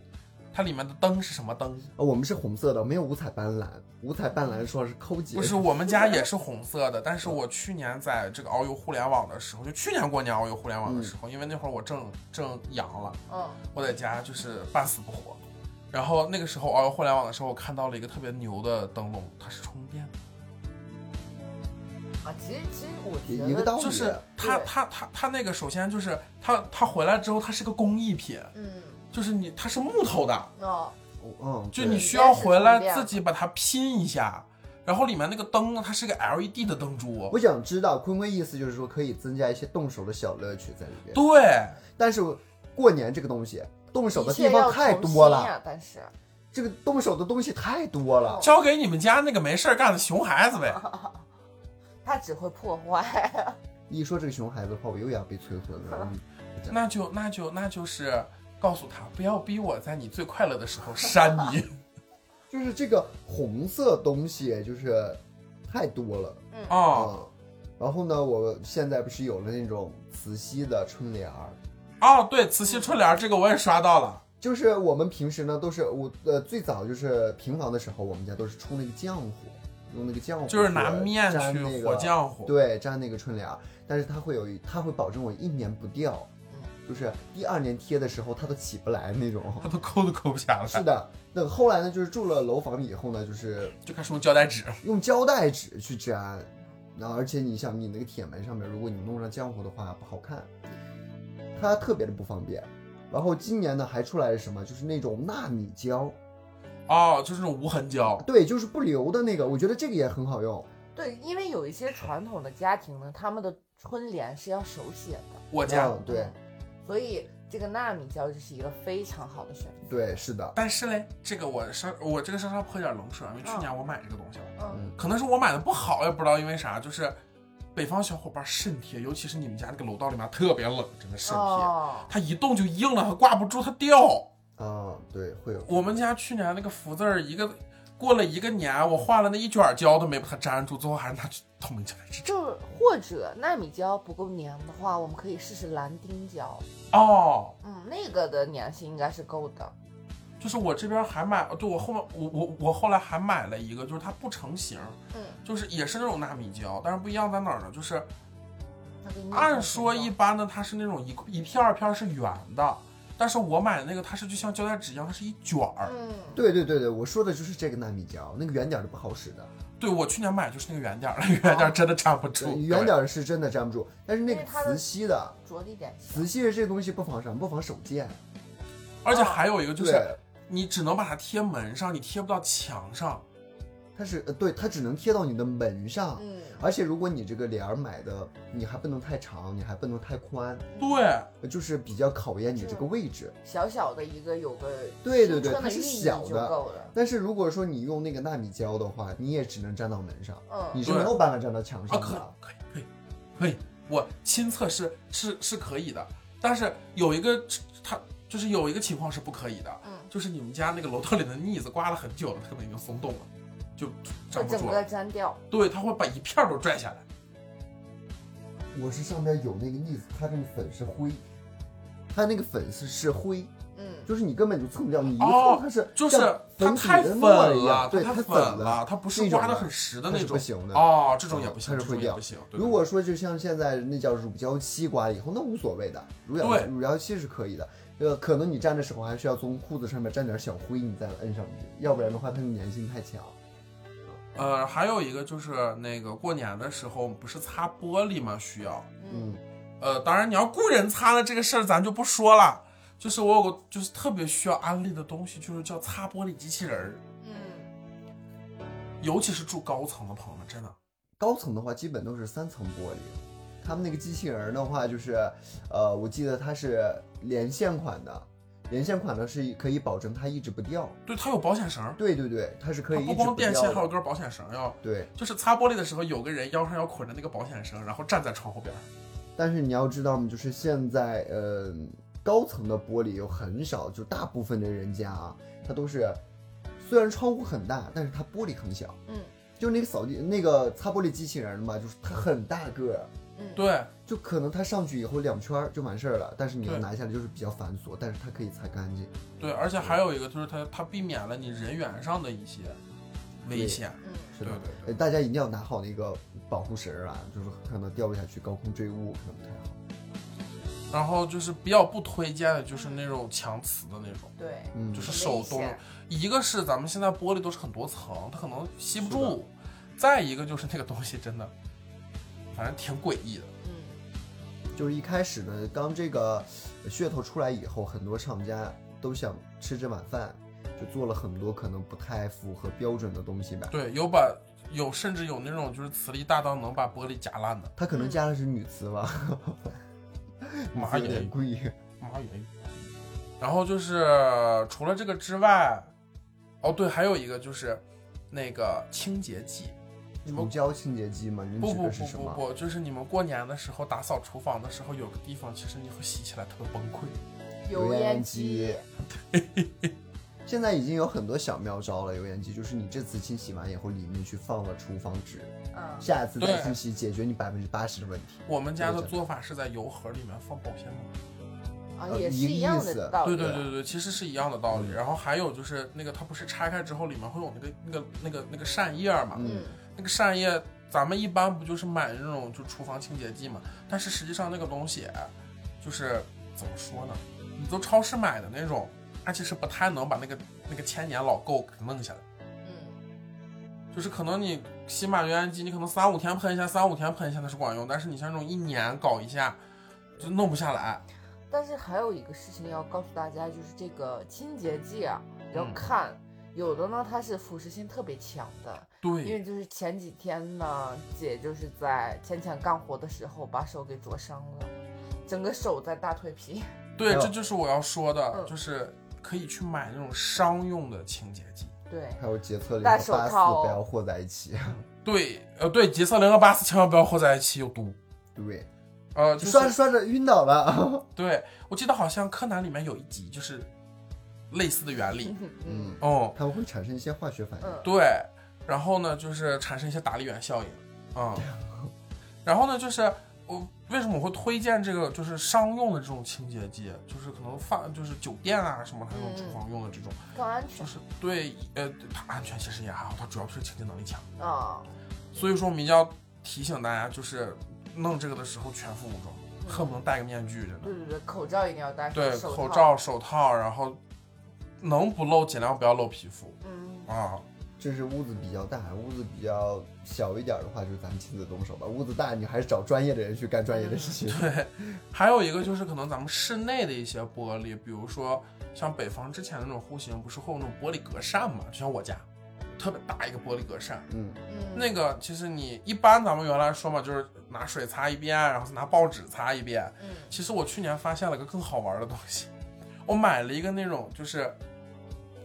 A: 它里面的灯是什么灯？
C: 呃，我们是红色的，没有五彩斑斓，五彩斑斓说是抠姐，
A: 不是，我们家也是红色的，但是我去年在这个遨游互联网的时候，就去年过年遨游互联网的时候，
C: 嗯
A: 因为那会儿我正正阳了，
B: 嗯
A: 我在家就是半死不活。然后那个时候遨游互联网的时候，我看到了一个特别牛的灯笼，它是充电的，
B: 啊，其实其实我觉得
C: 一个道理。
A: 就是它
B: 对
A: 它它它那个首先就是它它回来之后，它是个工艺品，
B: 嗯
A: 就是你它是木头的，
B: 哦
C: 嗯，
A: 就
C: 对
A: 你需要回来自己把它拼一下，然后里面那个灯呢，它是个 LED 的灯珠，
C: 我想知道坤坤意思就是说可以增加一些动手的小乐趣在里边。
A: 对，
C: 但是过年这个东西，动手的
B: 一
C: 地
B: 切要
C: 方太多
B: 重新
C: 了，
B: 呀但是
C: 这个动手的东西太多了。
A: 交给你们家那个没事儿干的熊孩子 呗。
B: 它只会破坏。
C: 一说这个熊孩子的话，我又要被催婚了。嗯
A: 那就那就那就是告诉他，不要逼我在你最快乐的时候删 你。
C: 就是这个红色东西，就是太多了
B: 嗯
A: 哦
C: 嗯然后呢，我现在不是有了那种磁吸的春联儿，
A: 哦，对，慈禧春联儿这个我也刷到了。
C: 就是我们平时呢都是我呃最早就是平房的时候，我们家都是冲那个浆糊，用那个浆糊
A: 就是拿
C: 去
A: 面
C: 粘
A: 去
C: 那个
A: 和浆糊，
C: 对，粘那个春联儿，但是它会有一，它会保证我一年不掉，就是第二年贴的时候它都起不来那种。
A: 他都抠都抠不下
C: 是
A: 来，
C: 的，那后来呢，就是住了楼房以后呢，就是
A: 就开始用胶带纸。
C: 用胶带纸去粘，然后而且你想，你那个铁门上面，如果你弄上浆糊的话不好看，它特别的不方便。然后今年呢还出来了什么，就是那种纳米胶，
A: 哦，就是那种无痕胶。
C: 对，就是不流的那个，我觉得这个也很好用。
B: 对，因为有一些传统的家庭呢，他们的春联是要手写的，
A: 我家，
C: 嗯对
B: 所以这个纳米胶就是一个非常好的选择。
C: 对，是的，
A: 但是嘞，这个我稍我这个稍稍泼点冷水啊，因
C: 哦
A: 为去年我买这个东西了。
B: 嗯
A: 可能是我买的不好，也不知道因为啥，就是北方小伙伴肾贴，尤其是你们家那个楼道里面特别冷，真的肾贴，
B: 哦，
A: 它一动就硬了，它挂不住，它掉。
C: 啊、对，会有
A: 我们家去年那个福字儿，一个过了一个年，我换了那一卷胶都没把它粘住，最后还是拿去透明胶来粘。
B: 就是或者纳米胶不够粘的话，我们可以试试蓝丁胶，
A: 哦，
B: 嗯，那个的粘性应该是够的。
A: 就是我这边还买，对我后面我我我后来还买了一个，就是它不成型，
B: 嗯，
A: 就是也是那种纳米胶，但是不一样在哪儿呢？就是
B: 它
C: 嗯
B: 给你
A: 按说一般的它是那种一一片儿一片儿是圆的，但是我买的那个它是就像胶带纸一样，它是一卷儿。
B: 嗯，
C: 对对对对，我说的就是这个纳米胶，那个圆点儿的不好使 的，
A: 对我去年买的就是那个 圆点儿，那个圆点儿真的粘不住
C: 对，，哦圆点儿是真的粘不住，但是那个
B: 因为它的
C: 磁吸的，
B: 着力点
C: 磁
B: 强，
C: 吸的这个东西不防啥，不防手贱，
A: 对而且还有一个就是
C: 啊对，
A: 你只能把它贴门上，你贴不到墙上。
C: 它是呃对，它只能贴到你的门上，
B: 嗯，
C: 而且如果你这个帘儿买的，你还不能太长，你还不能太宽，呃
A: 对，啊
C: 就是比较考验你这个位置。
B: 小小的一个有个
C: 对对
B: 青
C: 对
B: 春
C: 它
B: 的
C: 是
B: 寓意
C: 小
B: 就
C: 的
B: 够了，
C: 但是如果说你用那个纳米胶的话，你也只能粘到门上，你
B: 嗯，
C: 是没有办法粘到墙
A: 啊，
C: 上
A: 可以
C: 的。
A: 可以可以可以，我亲测是是是可以的，但是有一个它就是有一个情况是不可以的，
B: 嗯，
A: 就是你们家那个楼道里的腻子刮了很久了，它可能已经松动了，就
B: 会
A: 粘不
B: 整
A: 住
B: 个
A: 了。
B: 粘掉，
A: 对，它会把一片儿都拽下来。
C: 我是上边有那个腻子，它那个粉是灰，它那个粉是是灰，
B: 嗯，
C: 就是你根本就蹭不掉，你一
A: 哦
C: 蹭它是
A: 就是
C: 像
A: 它
C: 粉底
A: 太
C: 的
A: 粉
C: 沫一
A: 了
C: 样，，对，
A: 它太
C: 它
A: 粉
C: 了，
A: 了，它不是刮的很实的
C: 它
A: 那
C: 是不
A: 种。
C: 行的。嗯
A: 哦，这种也不行，
C: 它
A: 这
C: 是会
A: 种也
C: 掉
A: 不行。对
C: 如果说就像现在那叫乳胶漆刮以后，那无所谓的，乳胶
A: 对
C: 乳胶漆是可以的。呃，可能你站的时候还需要从裤子上面沾点小灰，你再摁上去，要不然的话它的粘性太强。
A: 呃，还有一个就是那个过年的时候不是擦玻璃吗？需要。
C: 嗯，
A: 呃，当然你要雇人擦呢，这个事儿咱就不说了。就是我有个就是特别需要安利的东西，就是叫擦玻璃机器人儿，
B: 嗯，
A: 尤其是住高层的朋友们，真的
C: 高层的话基本都是三层玻璃，他们那个机器人儿的话就是，呃，我记得它是连线款的，连线款的是可以保证它一直不掉。
A: 对它有保险绳儿，
C: 对对对，它是可
A: 它
C: 以一
A: 不
C: 直掉
A: 光电线，还有
C: 的。
A: 根保险绳儿要。
C: 对，
A: 就是擦玻璃的时候，有个人腰上要捆着那个保险绳，然后站在窗户边儿。
C: 但是你要知道嘛，就是现在，呃，高层的玻璃有很少，就大部分的人家啊，它都是虽然窗户很大，但是它玻璃很小。
B: 嗯，
C: 就那个扫地那个擦玻璃机器人嘛，就是它很大个儿，
B: 嗯，
A: 对，
C: 就可能它上去以后两圈儿就完事儿了，但是你要
A: 对
C: 拿下来就是比较繁琐，但是它可以擦干净。
A: 对，而且还有一个就是它它避免了你人员上的一些危
C: 对
A: 险。
B: 嗯，
C: 是
A: 对
C: 的
A: 对，
C: 呃
A: 对，
C: 大家一定要拿好那个保护绳儿啊，就是可能掉不下去，高空坠物可能不太好。
A: 然后就是比较不推荐的就是那种强磁的那种，
B: 对，
C: 嗯，
A: 就是
B: 很
A: 手
B: 危
A: 动
B: 险
A: 一个是咱们现在玻璃都是很多层，它可能吸不
C: 是
A: 住；再一个就是那个东西真的，反正挺诡异的。
B: 嗯，
C: 就是一开始呢，刚这个噱头出来以后，很多厂家都想吃这碗饭，就做了很多可能不太符合标准的东西吧。
A: 对，有把有甚至有那种就是磁力大到能把玻璃夹烂的。
C: 他可能加的是女瓷吧，女
A: 妈
C: 嗯瓷有
A: 耶
C: 点贵。
A: 妈耶！然后就是除了这个之外，哦对，还有一个就是那个清洁剂。
C: 乳胶清洁剂吗？你
A: 不
C: 指
A: 不
C: 的是
A: 不
C: 什
A: 不
C: 么？
A: 不，就是你们过年的时候打扫厨房的时候，有个地方其实你会洗起来特别崩溃。
B: 油
C: 油烟
B: 烟
C: 机
B: 机，
C: 现在已经有很多小妙招了，油烟机就是你这次清洗完以后，里面去放了厨房纸，
B: 嗯，
C: 下次再
A: 对
C: 清洗，解决你百分之八十的问题。
A: 我们家的
C: 对对
A: 做法是在油盒里面放保鲜膜。
B: 啊，
C: 呃
B: 也是
C: 一个
B: 一
C: 意
B: 样
C: 思
B: 的道
A: 对
B: 理，啊
A: 对
C: 对
A: 对对，其实是一样的道理。
C: 啊嗯
A: 然后还有就是那个，它不是拆开之后里面会有那个那个那个那个扇叶嘛？
C: 嗯
B: 嗯，
A: 那个扇叶，咱们一般不就是买那种就厨房清洁剂嘛？但是实际上那个东西，就是怎么说呢？你都超市买的那种，它其实不太能把那个那个千年老垢给弄下来。
B: 嗯，
A: 就是可能你新买油烟机，你可能三五天喷一下，三五天喷一下那是管用，但是你像这种一年搞一下，就弄不下来。
B: 但是还有一个事情要告诉大家，就是这个清洁剂啊，要
A: 嗯
B: 看，有的呢它是腐蚀性特别强的，因
A: 对
B: 为就是前几天呢，姐就是在浅浅干活的时候把手给灼伤了，整个手在大蜕皮，
A: 对，
C: 嗯
A: 这就是我要说的，
B: 嗯
A: 就是可以去买那种商用的清洁剂。
B: 对，
C: 还有洁厕灵
B: 戴
C: 和
B: 手
C: 八四
B: 套哦
C: 不要和在一起。
A: 对，呃，对，洁厕灵和八四千万不要和在一起，有毒。
C: 对，
A: 呃，就
C: 刷着
A: 是
C: 刷着晕倒了。
A: 对我记得好像柯南里面有一集就是类似的原理。
B: 嗯
C: 嗯，
A: 哦，
C: 它们会产生一些化学反应。
B: 嗯，
A: 对，然后呢，就是产生一些打力源效应，嗯，然后呢，就是我为什么我会推荐这个就是商用的这种清洁剂，就是可能饭就是酒店啊什么它这种
B: 嗯
A: 厨房用的这种，
B: 更安
A: 就
B: 全
A: 是对，呃，它安全其实也还好，它主要是清洁能力强，
B: 啊，
A: 所以说我们一定要提醒大家，就是弄这个的时候全副武装，
B: 嗯
A: 恨不能戴个面具，真的。
B: 对对对，口罩一定要戴，
A: 对，
B: 手
A: 口，罩、手套，然后能不露尽量不要露皮肤
B: 嗯，
A: 啊。
C: 这是屋子比较大，屋子比较小一点的话，就是咱们亲自动手吧。屋子大，你还是找专业的人去干专业的事 情。
A: 对，还有一个就是可能咱们室内的一些玻璃，比如说像北方之前那种户型，不是会有那种玻璃格栅嘛？就像我家，特别大一个玻璃格栅。
C: 嗯，
B: 嗯
A: 那个其实你一般咱们原来说嘛，就是拿水擦一遍，然后再拿报纸擦一遍。
B: 嗯
A: 其实我去年发现了个更好玩的东西，我买了一个那种就是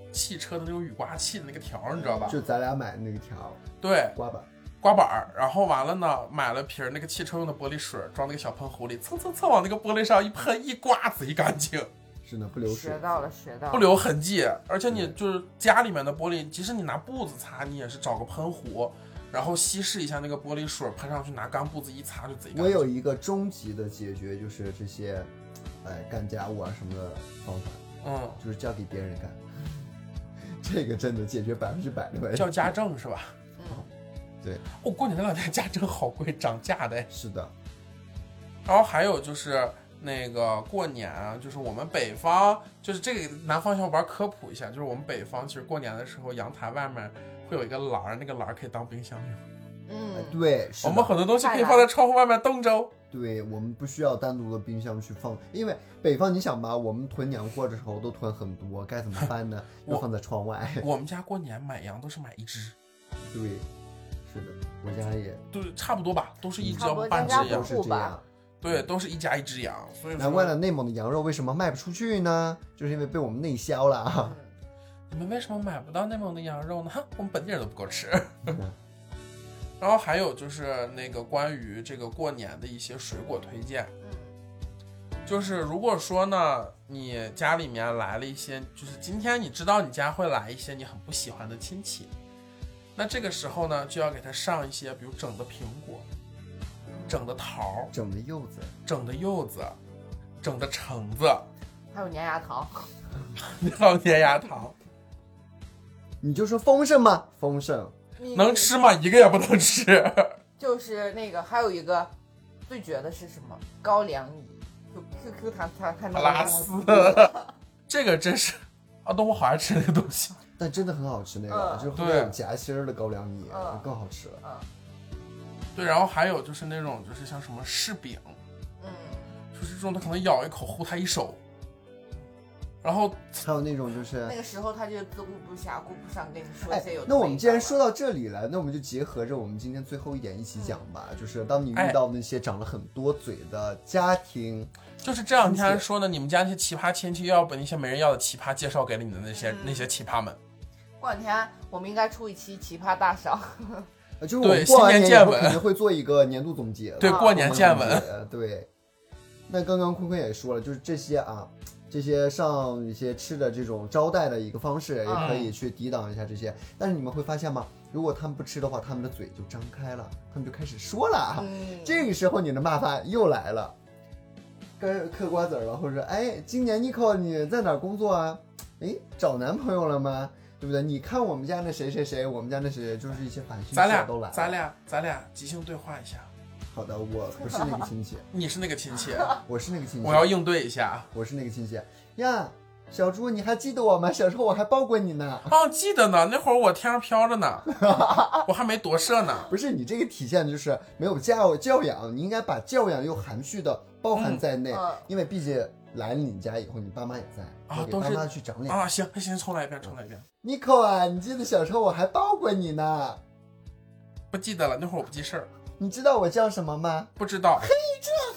A: 汽车的那种雨刮器的那个条儿，你知道吧？
C: 就咱俩买的那个条儿
A: 对，
C: 刮板，
A: 刮板儿，然后完了呢，买了瓶儿那个汽车用的玻璃水，装那个小喷壶里，蹭蹭蹭往那个玻璃上一喷，一刮贼干净，
C: 真的不流水
B: 学。到了，学到了，
A: 不留痕迹。而且你
C: 对
A: 就是家里面的玻璃，即使你拿布子擦，你也是找个喷壶，然后稀释一下那个玻璃水，喷上去拿干布子一擦就贼干
C: 我
A: 净。
C: 有一个终极的解决，就是这些，哎，干家务啊什么的方法，
A: 嗯，
C: 就是交给别人干。这个真的解决百分之百的问题。
A: 叫家政是吧？
B: 嗯，
A: 哦，过年那两天家政好贵，涨价的。哎
C: 是的，
A: 然后还有就是那个过年啊，就是我们北方，就是这个南方小伙伴科普一下，就是我们北方其实过年的时候，阳台外面会有一个栏儿，那个栏儿可以当冰箱用。
C: 哎
B: 嗯，
C: 对，是
A: 我
C: 的
A: 们很多东西可以放在窗户外面冻着。
C: 对我们不需要单独的冰箱去放，因为北方你想吧，我们囤年货的时候都囤很多，该怎么办呢？
A: 我
C: 要放在窗外。
A: 我们家过年买羊都是买一只，
C: 对，是的，我家也
A: 对，差不多吧，都是一只
B: 差不多
A: 半只
B: 家
C: 都
A: 羊
B: 养，
C: 是
B: 户
C: 这
B: 吧
C: 样。
A: 对，都是一家一只羊。所以说
C: 难怪了，内蒙的羊肉为什么卖不出去呢？就是因为被我们内销了 啊。
A: 你们为什么买不到内蒙的羊肉呢？我们本地人都不够吃。然后还有就是那个关于这个过年的一些水果推荐，
B: 嗯
A: 就是如果说呢，你家里面来了一些，就是今天你知道你家会来一些你很不喜欢的亲戚，那这个时候呢，就要给他上一些，比如整的苹果、整的桃儿、
C: 整的柚子，
A: 整的柚子、整的橙子、
B: 嗯，还有粘牙糖，
A: 老年牙糖，
C: 你就说丰盛吗？丰盛，
B: 你
A: 能吃吗？一个也不能吃。
B: 就是那个，还有一个最绝的是什么？高粱饴，就 QQ 弹弹弹
A: 阿
B: 弹
A: 拉斯，这个真是啊，那我好爱吃那个东西。
C: 但真的很好吃那个，
B: 嗯
C: 就是会
A: 对
C: 有夹心儿的高粱饴，
B: 嗯
C: 更好吃了。
B: 嗯
A: 对，然后还有就是那种就是像什么柿饼，
B: 嗯，
A: 就是这种他可能咬一口护他一手，然后
C: 还有那种就是
B: 那。个时候他就自顾不暇，顾不上跟你说
C: 哎
B: 一些有的没的了。，
C: 那我们既然说到这里了，那我们就结合着我们今天最后一点一起讲吧，就是当你
A: 嗯哎
C: 遇到那些长了很多嘴的家庭，
A: 就是这两
C: 亲
A: 天
C: 戚
A: 说的，你们家那些奇葩亲戚又要把那些没人要的奇葩介绍给了你的那些、
B: 嗯
A: 那些奇葩们。
B: 过两天我们应该出一期奇葩大赏，
C: 呃就是我
A: 对
C: 们过完
A: 新年
C: 年以
A: 见
C: 后
A: 闻
C: 肯定会做一个年度总结的，
A: 对，
B: 啊
A: 过年见闻。
C: 闻。 对，那刚刚坤坤也说了，就是这些啊，这些上一些吃的这种招待的一个方式，也可
A: 嗯
C: 以去抵挡一下这些。但是你们会发现吗？如果他们不吃的话，他们的嘴就张开了，他们就开始说了啊。
B: 嗯，
C: 这个时候你的骂翻又来了，跟嗑瓜子儿了，或者说，哎，今年 Nico 你在哪儿工作啊？哎，找男朋友了吗？对不对？你看我们家那谁谁谁，我们家那谁谁，就是一些反
A: 咱
C: 反
A: 俩
C: 复都来了。
A: 咱俩咱俩即兴对话一下。
C: 好的，我不是那个亲戚，
A: 你是那个亲 戚，
C: 我是那个亲戚，
A: 我要应对一下。啊
C: 我是那个亲戚呀。小猪，你还记得我吗？ 小时候我还抱过你呢。
A: 哦，记得呢，那会儿我天上飘着 呢，我还没夺舍呢。
C: 不是你这个体现就是没有教教养，你应该把教养又含蓄的包含在内，
B: 嗯
C: 因为毕竟来了你家以后，你爸妈也在，
A: 啊
C: 要给
A: 都
C: 爸
A: 是
C: 妈去长脸。
A: 啊，行行，重来一遍，重来一遍。
C: Nico 啊，你记得小时候我还抱过你呢，
A: 不记得了，那会儿我不记事儿，
C: 你知道我叫什么吗？
A: 不知道。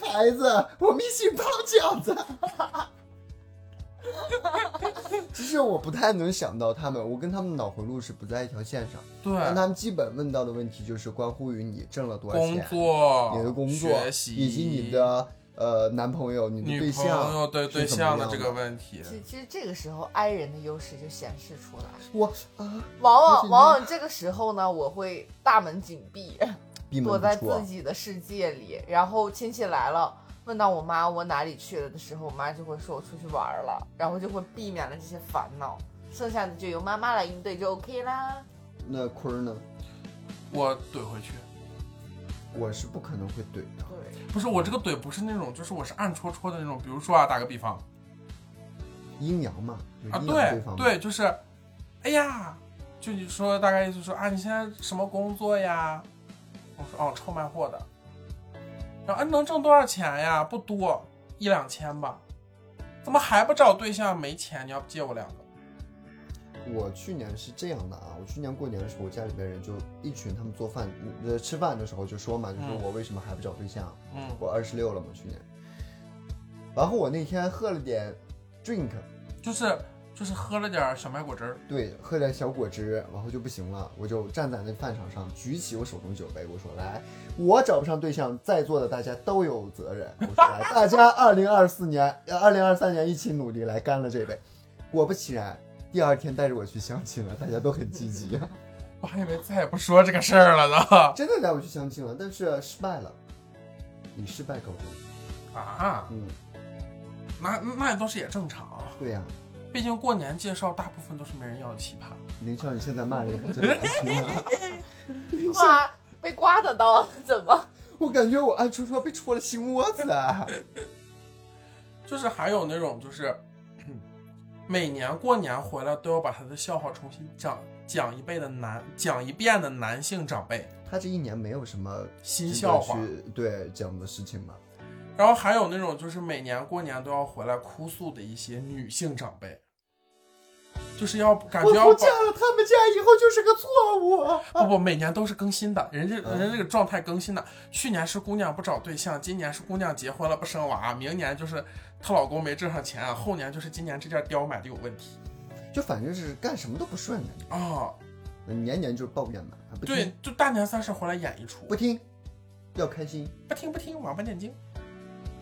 C: 孩子，我们一起包饺子。 其实我不太能想到他们，我跟他们脑回路是不在一条线上。
A: 对，
C: 但他们基本问到的问题就是关乎于你挣了多少
A: 工
C: 钱，
A: 作、
C: 你的工作
A: 学，习
C: 以及你的呃男朋友、你的对
A: 女朋友
C: 象，
A: 对
C: 是
A: 对
C: 怎么
A: 象的
C: 样
A: 这
C: 的
A: 个问题，
B: 其其实这个时候，I 人的优势就显示出来。
C: 我啊，
B: 往往
C: 就是
B: 往
C: 你
B: 往这个时候呢，我会大门紧 闭，
C: 闭
B: 躲
C: 门
B: 在
C: 不出
B: 自
C: 啊。
B: 己的世界里。然后亲戚来了，问到我妈我哪里去了的时候，我妈就会说我出去玩儿了，然后就会避免了这些烦恼，剩下的就由妈妈来应对就 OK 啦。
C: 那坤儿呢？
A: 我怼回去。
C: 我是不可能会怼的。
B: 对，
A: 不是我这个怼不是那种，就是我是暗戳戳的那种。比如说啊，打个比方
C: 阴阳嘛，就是
A: 啊，
C: 阴阳
A: 对
C: 方嘛。
A: 对，就是，哎呀，就你说大概意思说啊，你现在什么工作呀？我说哦，臭卖货的。然后啊，能挣多少钱呀？不多，一两千吧。怎么还不找对象？没钱，你要不借我两个？
C: 我去年是这样的啊，我去年过年的时候，我家里边人就一群他们做饭呃吃饭的时候就说嘛，就说
A: 嗯
C: 我为什么还不找对象？
A: 嗯
C: 我二十六了嘛，去年。然后我那天喝了点 drink，
A: 就是就是喝了点小麦果汁儿，
C: 对，喝点小果汁，然后就不行了，我就站在那饭场上，举起我手中酒杯，我说：“来，我找不上对象，在座的大家都有责任。”我说：“来，大家二零二四年、呃二零二三年一起努力，来干了这杯。”果不其然，第二天带着我去相亲了，大家都很积极，啊
A: 我还以为再也不说这个事儿了呢。
C: 真的带我去相亲了，但是失败了，以失败告终。
A: 啊，
C: 嗯，
A: 那那都是也正常，
C: 对呀、
A: 毕竟过年介绍大部分都是没人要的奇葩。
C: 林少，你现在骂人好真难听啊！
B: 哇，被刮的到了怎么？
C: 我感觉我暗戳戳被戳了心窝子啊！
A: 就是还有那种就是，每年过年回来都要把他的笑话重新讲讲一遍的男讲一遍的男性长辈
C: 他这一年没有什么
A: 新笑话，
C: 去对讲的事情嘛。
A: 然后还有那种就是每年过年都要回来哭诉的一些女性长辈，就是要感觉
C: 我
A: 要
C: 不嫁
A: 把哦
C: 了他们家以后就是个错误。
A: 不不，每年都是更新的，人家
C: 嗯
A: 人家这个状态更新的。去年是姑娘不找对象，今年是姑娘结婚了不生娃，明年就是她老公没挣上钱，啊后年就是今年这件貂买的有问题
C: 就反正是干什么都不顺的，
A: 啊、
C: 年年就是抱怨嘛，还不
A: 对
C: 听，
A: 就大年三十回来演一出，
C: 不听，要开心。
A: 不听不听，王八念经。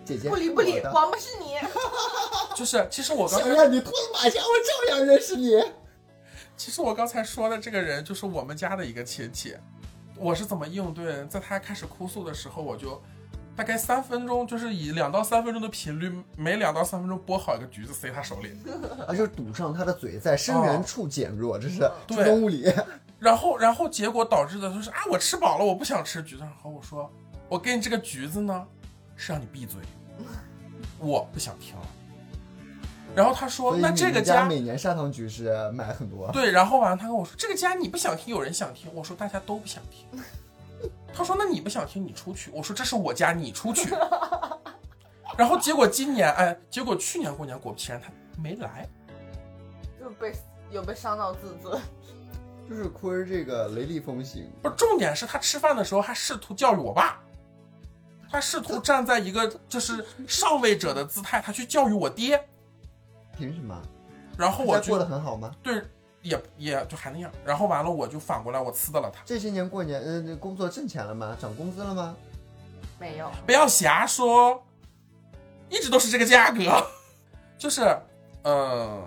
C: 姐姐
B: 不理不理
C: 我，的
B: 王八是你。
C: 哦
A: 就是，其实我刚
C: 想
A: 才，
C: 哎让你推马甲，我照样认识你。
A: 其实我刚才说的这个人就是我们家的一个亲戚，我是怎么应对的？在他开始哭诉的时候，我就大概三分钟，就是以两到三分钟的频率，每两到三分钟剥好一个橘子塞他手里，
C: 啊，就是堵上他的嘴，在生源处减弱，这是
A: 哦对
C: 中东物理。
A: 然后，然后结果导致的就是啊，我吃饱了，我不想吃橘子。然后我说，我给你这个橘子呢，是让你闭 嘴，我不想听了。然后他说，
C: 所
A: 哦
C: 以
A: 那
C: 你
A: 这个
C: 们家
A: 家
C: 每年砂糖橘是买很多，
A: 对，然后完了，他跟我说这个家你不想听，有人想听。我说大家都不想听。他说那你不想听，你出去。我说这是我家，你出去。 然后结果今年，哎，结果去年过年果不其然他没来。
B: 就被有被伤到自尊，
C: 就是坤儿这个雷厉风行，
A: 不是，重点是他吃饭的时候还试图教育我爸，他试图站在一个就是上位者的姿态，他去教育我爹。
C: 凭什么？
A: 然后哦我
C: 大家过得
A: 就
C: 很好吗？
A: 对，也也就还那样。然后完了，我就反过来我呲的了他。
C: 这些年过年，嗯、工作挣钱了吗？涨工资了吗？
B: 没有。
A: 不要瞎说，一直都是这个价格。 就是，呃，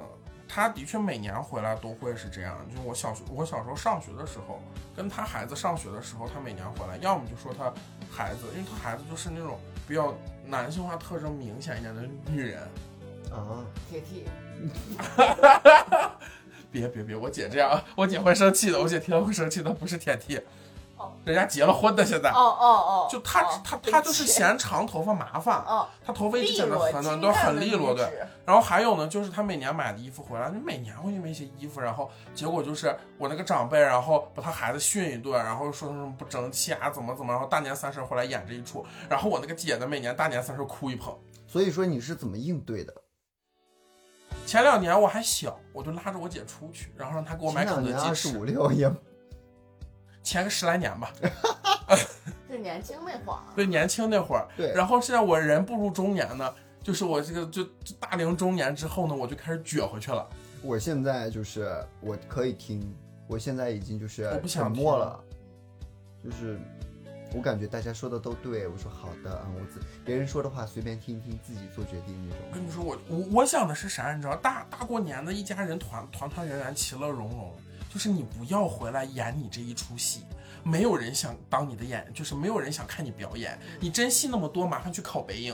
A: 他的确每年回来都会是这样。就是我小学，我小时候上学的时候，跟他孩子上学的时候，他每年回来，要么就说他孩子，因为他孩子就是那种比较男性化特征明显一点的女人。
C: 啊，
B: 铁 T，
A: 别别别，我姐这样，我姐会生气的，我姐听到会生气的，不是铁 T，
B: 哦
A: 人家结了婚的现在
B: 哦。哦哦，
A: 啊就她
B: 哦
A: 她
B: 对
A: 她
B: 不
A: 就是
B: 起
A: 嫌长头发麻烦，
B: 哦，
A: 她头发一直
B: 利
A: 剪得
B: 落，
A: 很短，
B: 精
A: 都
B: 湛
A: 很
B: 的
A: 利
B: 女
A: 落，对。
B: 子
A: 然后还有呢，就是他每年买的衣服回来，就每年会因为一些衣服，然后结果就是我那个长辈，然后把他孩子训一顿，然后说他什么不争气啊，怎么怎么，然后大年三十回来演这一出，然后我那个姐呢，每年大年三十哭一捧。
C: 所以说你是怎么应对的？
A: 前两年我还小，我就拉着我姐出去，然后让她给我买
C: 前
A: 肯
C: 两
A: 德
C: 年
A: 基
C: 二
A: 吃
C: 十，五六也
A: 前个十来年吧，
B: 是年轻那会儿，
A: 对，年轻那会儿。
C: 对，
A: 然后现在我人步入中年呢，就是我这个就就大龄中年之后呢，我就开始撅回去了。
C: 我现在就是我可以听，我现在已经就是
A: 我不想
C: 沉默了，就是我感觉大家说的都对，我说好的啊，我自别人说的话随便听听，自己做决定那
A: 我跟你
C: 种。
A: 说，我我我想的是啥？你知道，大大过年的，一家人团团团圆圆，其乐融融。就是你不要回来演你这一出戏，没有人想当你的演，就是没有人想看你表演。你真戏那么多，麻烦去考北影。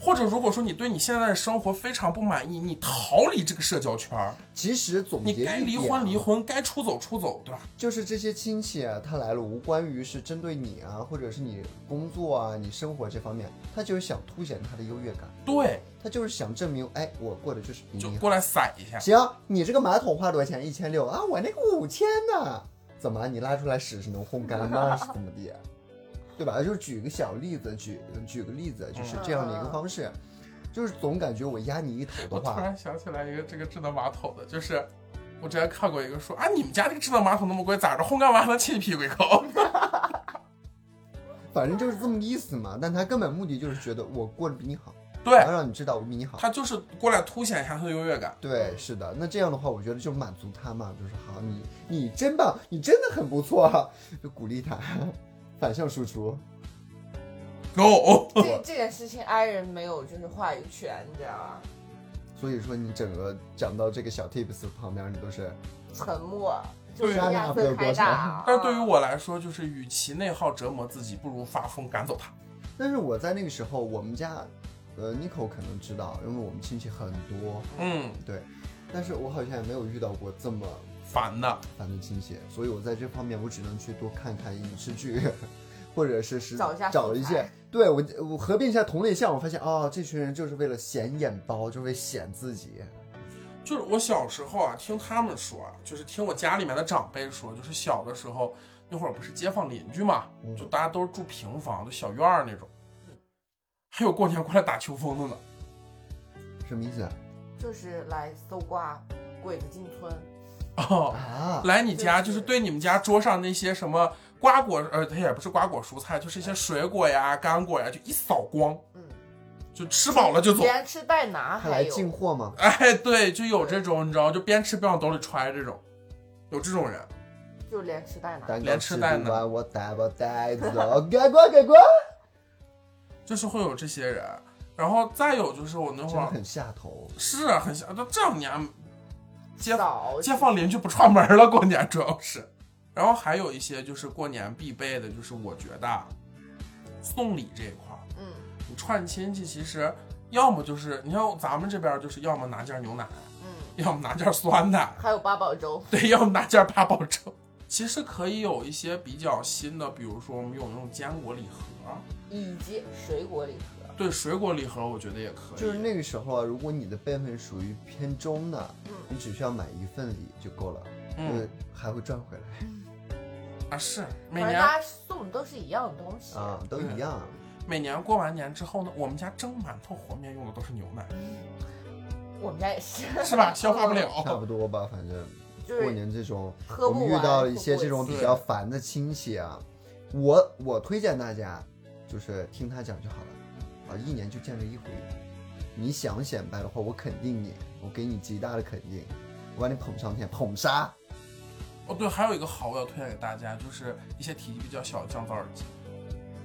A: 或者如果说你对你现在的生活非常不满意，你逃离这个社交圈儿，
C: 其实总结
A: 你该
C: 一
A: 离
C: 点啊
A: 婚离婚，该出走出走，对吧？
C: 就是这些亲戚啊，他来了，无关于是针对你啊，或者是你工作啊、你生活这方面，他就是想凸显他的优越感，
A: 对，
C: 他就是想证明，哎，我过得就是比
A: 就
C: 你好。
A: 过来撒一下。
C: 行，你这个马桶花多少钱？一千六啊，我那个五千呢？怎么你拉出来屎是能烘干吗？是怎么的？对吧？就是举个小例子，举举个例子，就是这样的一个方式，就是总感觉我压你一头
A: 嗯我
C: 的
A: 突
C: 话，
A: 然想起来一个这个智能马桶的，就是我之前看过一个说啊，你们家这个智能马桶那么贵，咋着烘干完了气屁股一口？
C: 反正就是这么意思嘛。但他根本目的就是觉得我过得比你好，我
A: 对
C: 要让你知道我比你好。
A: 他就是过来凸显一下他的优越感。
C: 对，是的。那这样的话，我觉得就满足他嘛，就是好，你你真棒，你真的很不错啊，就鼓励他，反向输出。
A: No，
B: 这这件事情，i 人没有就是话语权，你知道吗？
C: 所以说，你整个讲到这个小 tips 旁边，你都是
B: 沉默就是
C: 对
B: 压分太大啊。
A: 但对于我来说，就是与其内耗折磨自己，不如发疯赶走他。
C: 但是我在那个时候，我们家，呃 n i c o 可能知道，因为我们亲戚很多，
A: 嗯，
C: 对，但是我好像也没有遇到过这么
A: 烦的。
C: 烦的亲戚，所以我在这方面我只能去多看看影视剧，或者是是
B: 找一下
C: 找
B: 素
C: 一
B: 材
C: 些，对我我合并一下同类项，我发现哦，这群人就是为了显眼包，就是为了显自己，
A: 就是我小时候啊，听他们说啊，就是听我家里面的长辈说，就是小的时候那会儿不是街坊邻居嘛，
C: 嗯
A: 就大家都是住平房，就小院儿那种。还有过年过来打秋风的呢，
C: 什么意思啊？
B: 就是来搜刮鬼子进村，
A: 哦，
C: 啊
A: 来你家
B: 就
A: 就是是对你们家桌上那些什么瓜果，呃，它也不是瓜果蔬菜，就是一些水果呀、干果呀，就一扫光，
B: 嗯，
A: 就吃饱了就走。
C: 嗯
B: 连吃带拿
C: 他
B: 还
C: 来
B: 有，
C: 进货吗？
A: 哎，对，就有这种，你知道，就边吃边往兜里揣这种，有这种人。
B: 就连吃带拿。
C: 蛋糕
A: 连
C: 吃
A: 吃
C: 不
A: 带呢
C: 完，我带不带走？给过给过，
A: 就是会有这些人。然后再有就是我那
C: 真
A: 会
C: 的
A: 儿
C: 很下头。
A: 是啊，很像，都这两年街
B: 早
A: 街坊邻居不串门了，过年主要是。然后还有一些就是过年必备的，就是我觉得啊送礼这一块儿，
B: 嗯，
A: 你串亲戚其实要么就是你像咱们这边儿就是要么拿件牛奶，
B: 嗯，
A: 要么拿件酸奶，
B: 还有八宝粥，
A: 对，要么拿件八宝粥。其实可以有一些比较新的，比如说我们有那种坚果礼盒，
B: 以及水果礼盒。
A: 对，水果礼盒我觉得也可以。
C: 就是那个时候啊，如果你的辈分属于偏中的，
B: 嗯
C: 你只需要买一份礼就够了，
A: 嗯
C: 呃，还会赚回来
A: 啊是，每
B: 反正
A: 年
B: 大家送的都是一样的东西，
C: 啊，都
A: 嗯
C: 一样。
A: 每年过完年之后呢，我们家蒸馒头和面用的都是牛 奶，
B: 我们家也是，
A: 是吧？消化不
C: 差
A: 了。
C: 不多吧，反正
B: 就
C: 过
B: 是
C: 年这种，
B: 喝
C: 我
B: 不
C: 们
B: 完。
C: 遇到一些
B: 喝不
C: 这种
B: 完
C: 比较烦的亲戚啊，我我推荐大家就是听他讲就好了，啊，一年就见这一回，你想显摆的话，我肯定你，我给你极大的肯定，我把你捧上天，捧杀。
A: 哦，对，还有一个好我要推荐给大家，就是一些体积比较小的降噪耳机。
B: 嗯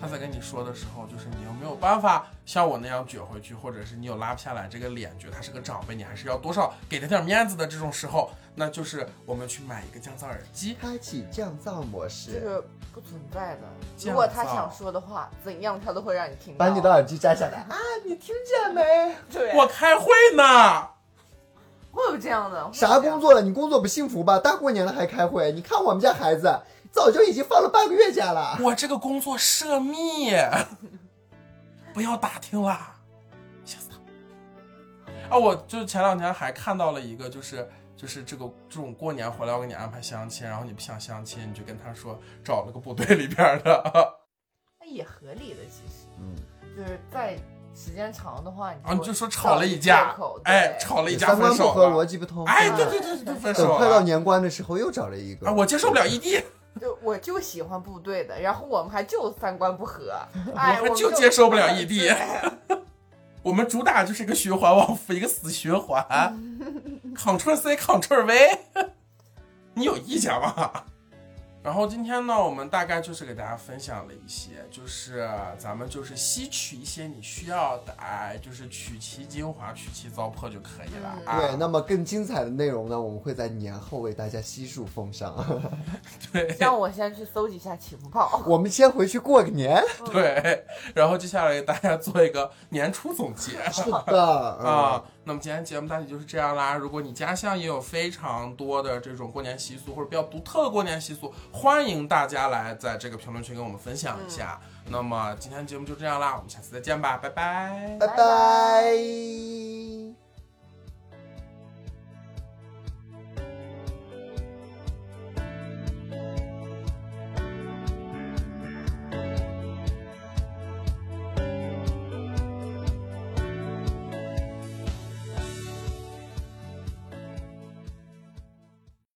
A: 他在跟你说的时候，就是你有没有办法像我那样撅回去，或者是你有拉不下来这个脸，觉得他是个长辈，你还是要多少给他点面子的。这种时候，那就是我们去买一个降噪耳机。
C: 开启降噪模
B: 这
C: 式，
B: 是不存在的。
A: 降
B: 如果他
A: 噪
B: 想说的话，怎样他都会让你听到。
C: 把你的耳机摘下来啊，你听见没？
B: 对，
A: 我开会呢，
B: 会有这样的会有
C: 啥
B: 这样
C: 工作了？你工作不幸福吧？大过年了还开会？你看我们家孩子早就已经放了半个月假了。
A: 我这个工作涉密，不要打听啦，吓死他！啊，我就前两天还看到了一个，就是就是这个这种过年回来我给你安排相亲，然后你不想相亲，你就跟他说找了个部队里边的
B: 那也合理的，其实
C: 嗯，
B: 就是在时间长的话，你
A: 啊，你就说
B: 找
A: 吵了一
B: 个借
A: 架
B: 口，
A: 哎，
B: 对
A: 吵了一架
C: 三观
A: 分
C: 不
A: 手
C: 合，
A: 了，
C: 逻辑不通。
A: 哎，
C: 啊
A: 对对对对，分
C: 等
A: 手
C: 快到
A: 了。
C: 年关的时候又找了一个
A: 啊，我接受不了异地，
B: 就我就喜欢部队的，然后我们还就三观不合，哎，
A: 我还
B: 我们
A: 就接受不了异地。我们主打就是一个循环往复，一个死循环。Ctrl C，Ctrl V，你有意见吗？然后今天呢，我们大概就是给大家分享了一些，就是咱们就是吸取一些你需要的，哎，就是取其精华，去其糟粕就可以了。啊
C: 对，那么更精彩的内容呢，我们会在年后为大家悉数奉上。
A: 对
B: 让我先去搜集一下情报。
C: 我们先回去过个 年。
A: 对，然后接下来给大家做一个年初总结。
C: 是的，嗯
A: 啊、那么今天节目大体就是这样啦。如果你家乡也有非常多的这种过年习俗或者比较独特的过年习俗，欢迎大家来在这个评论区跟我们分享一下。那么今天节目就这样啦，我们下次再见吧，拜拜。
C: 拜
B: 拜
C: 拜。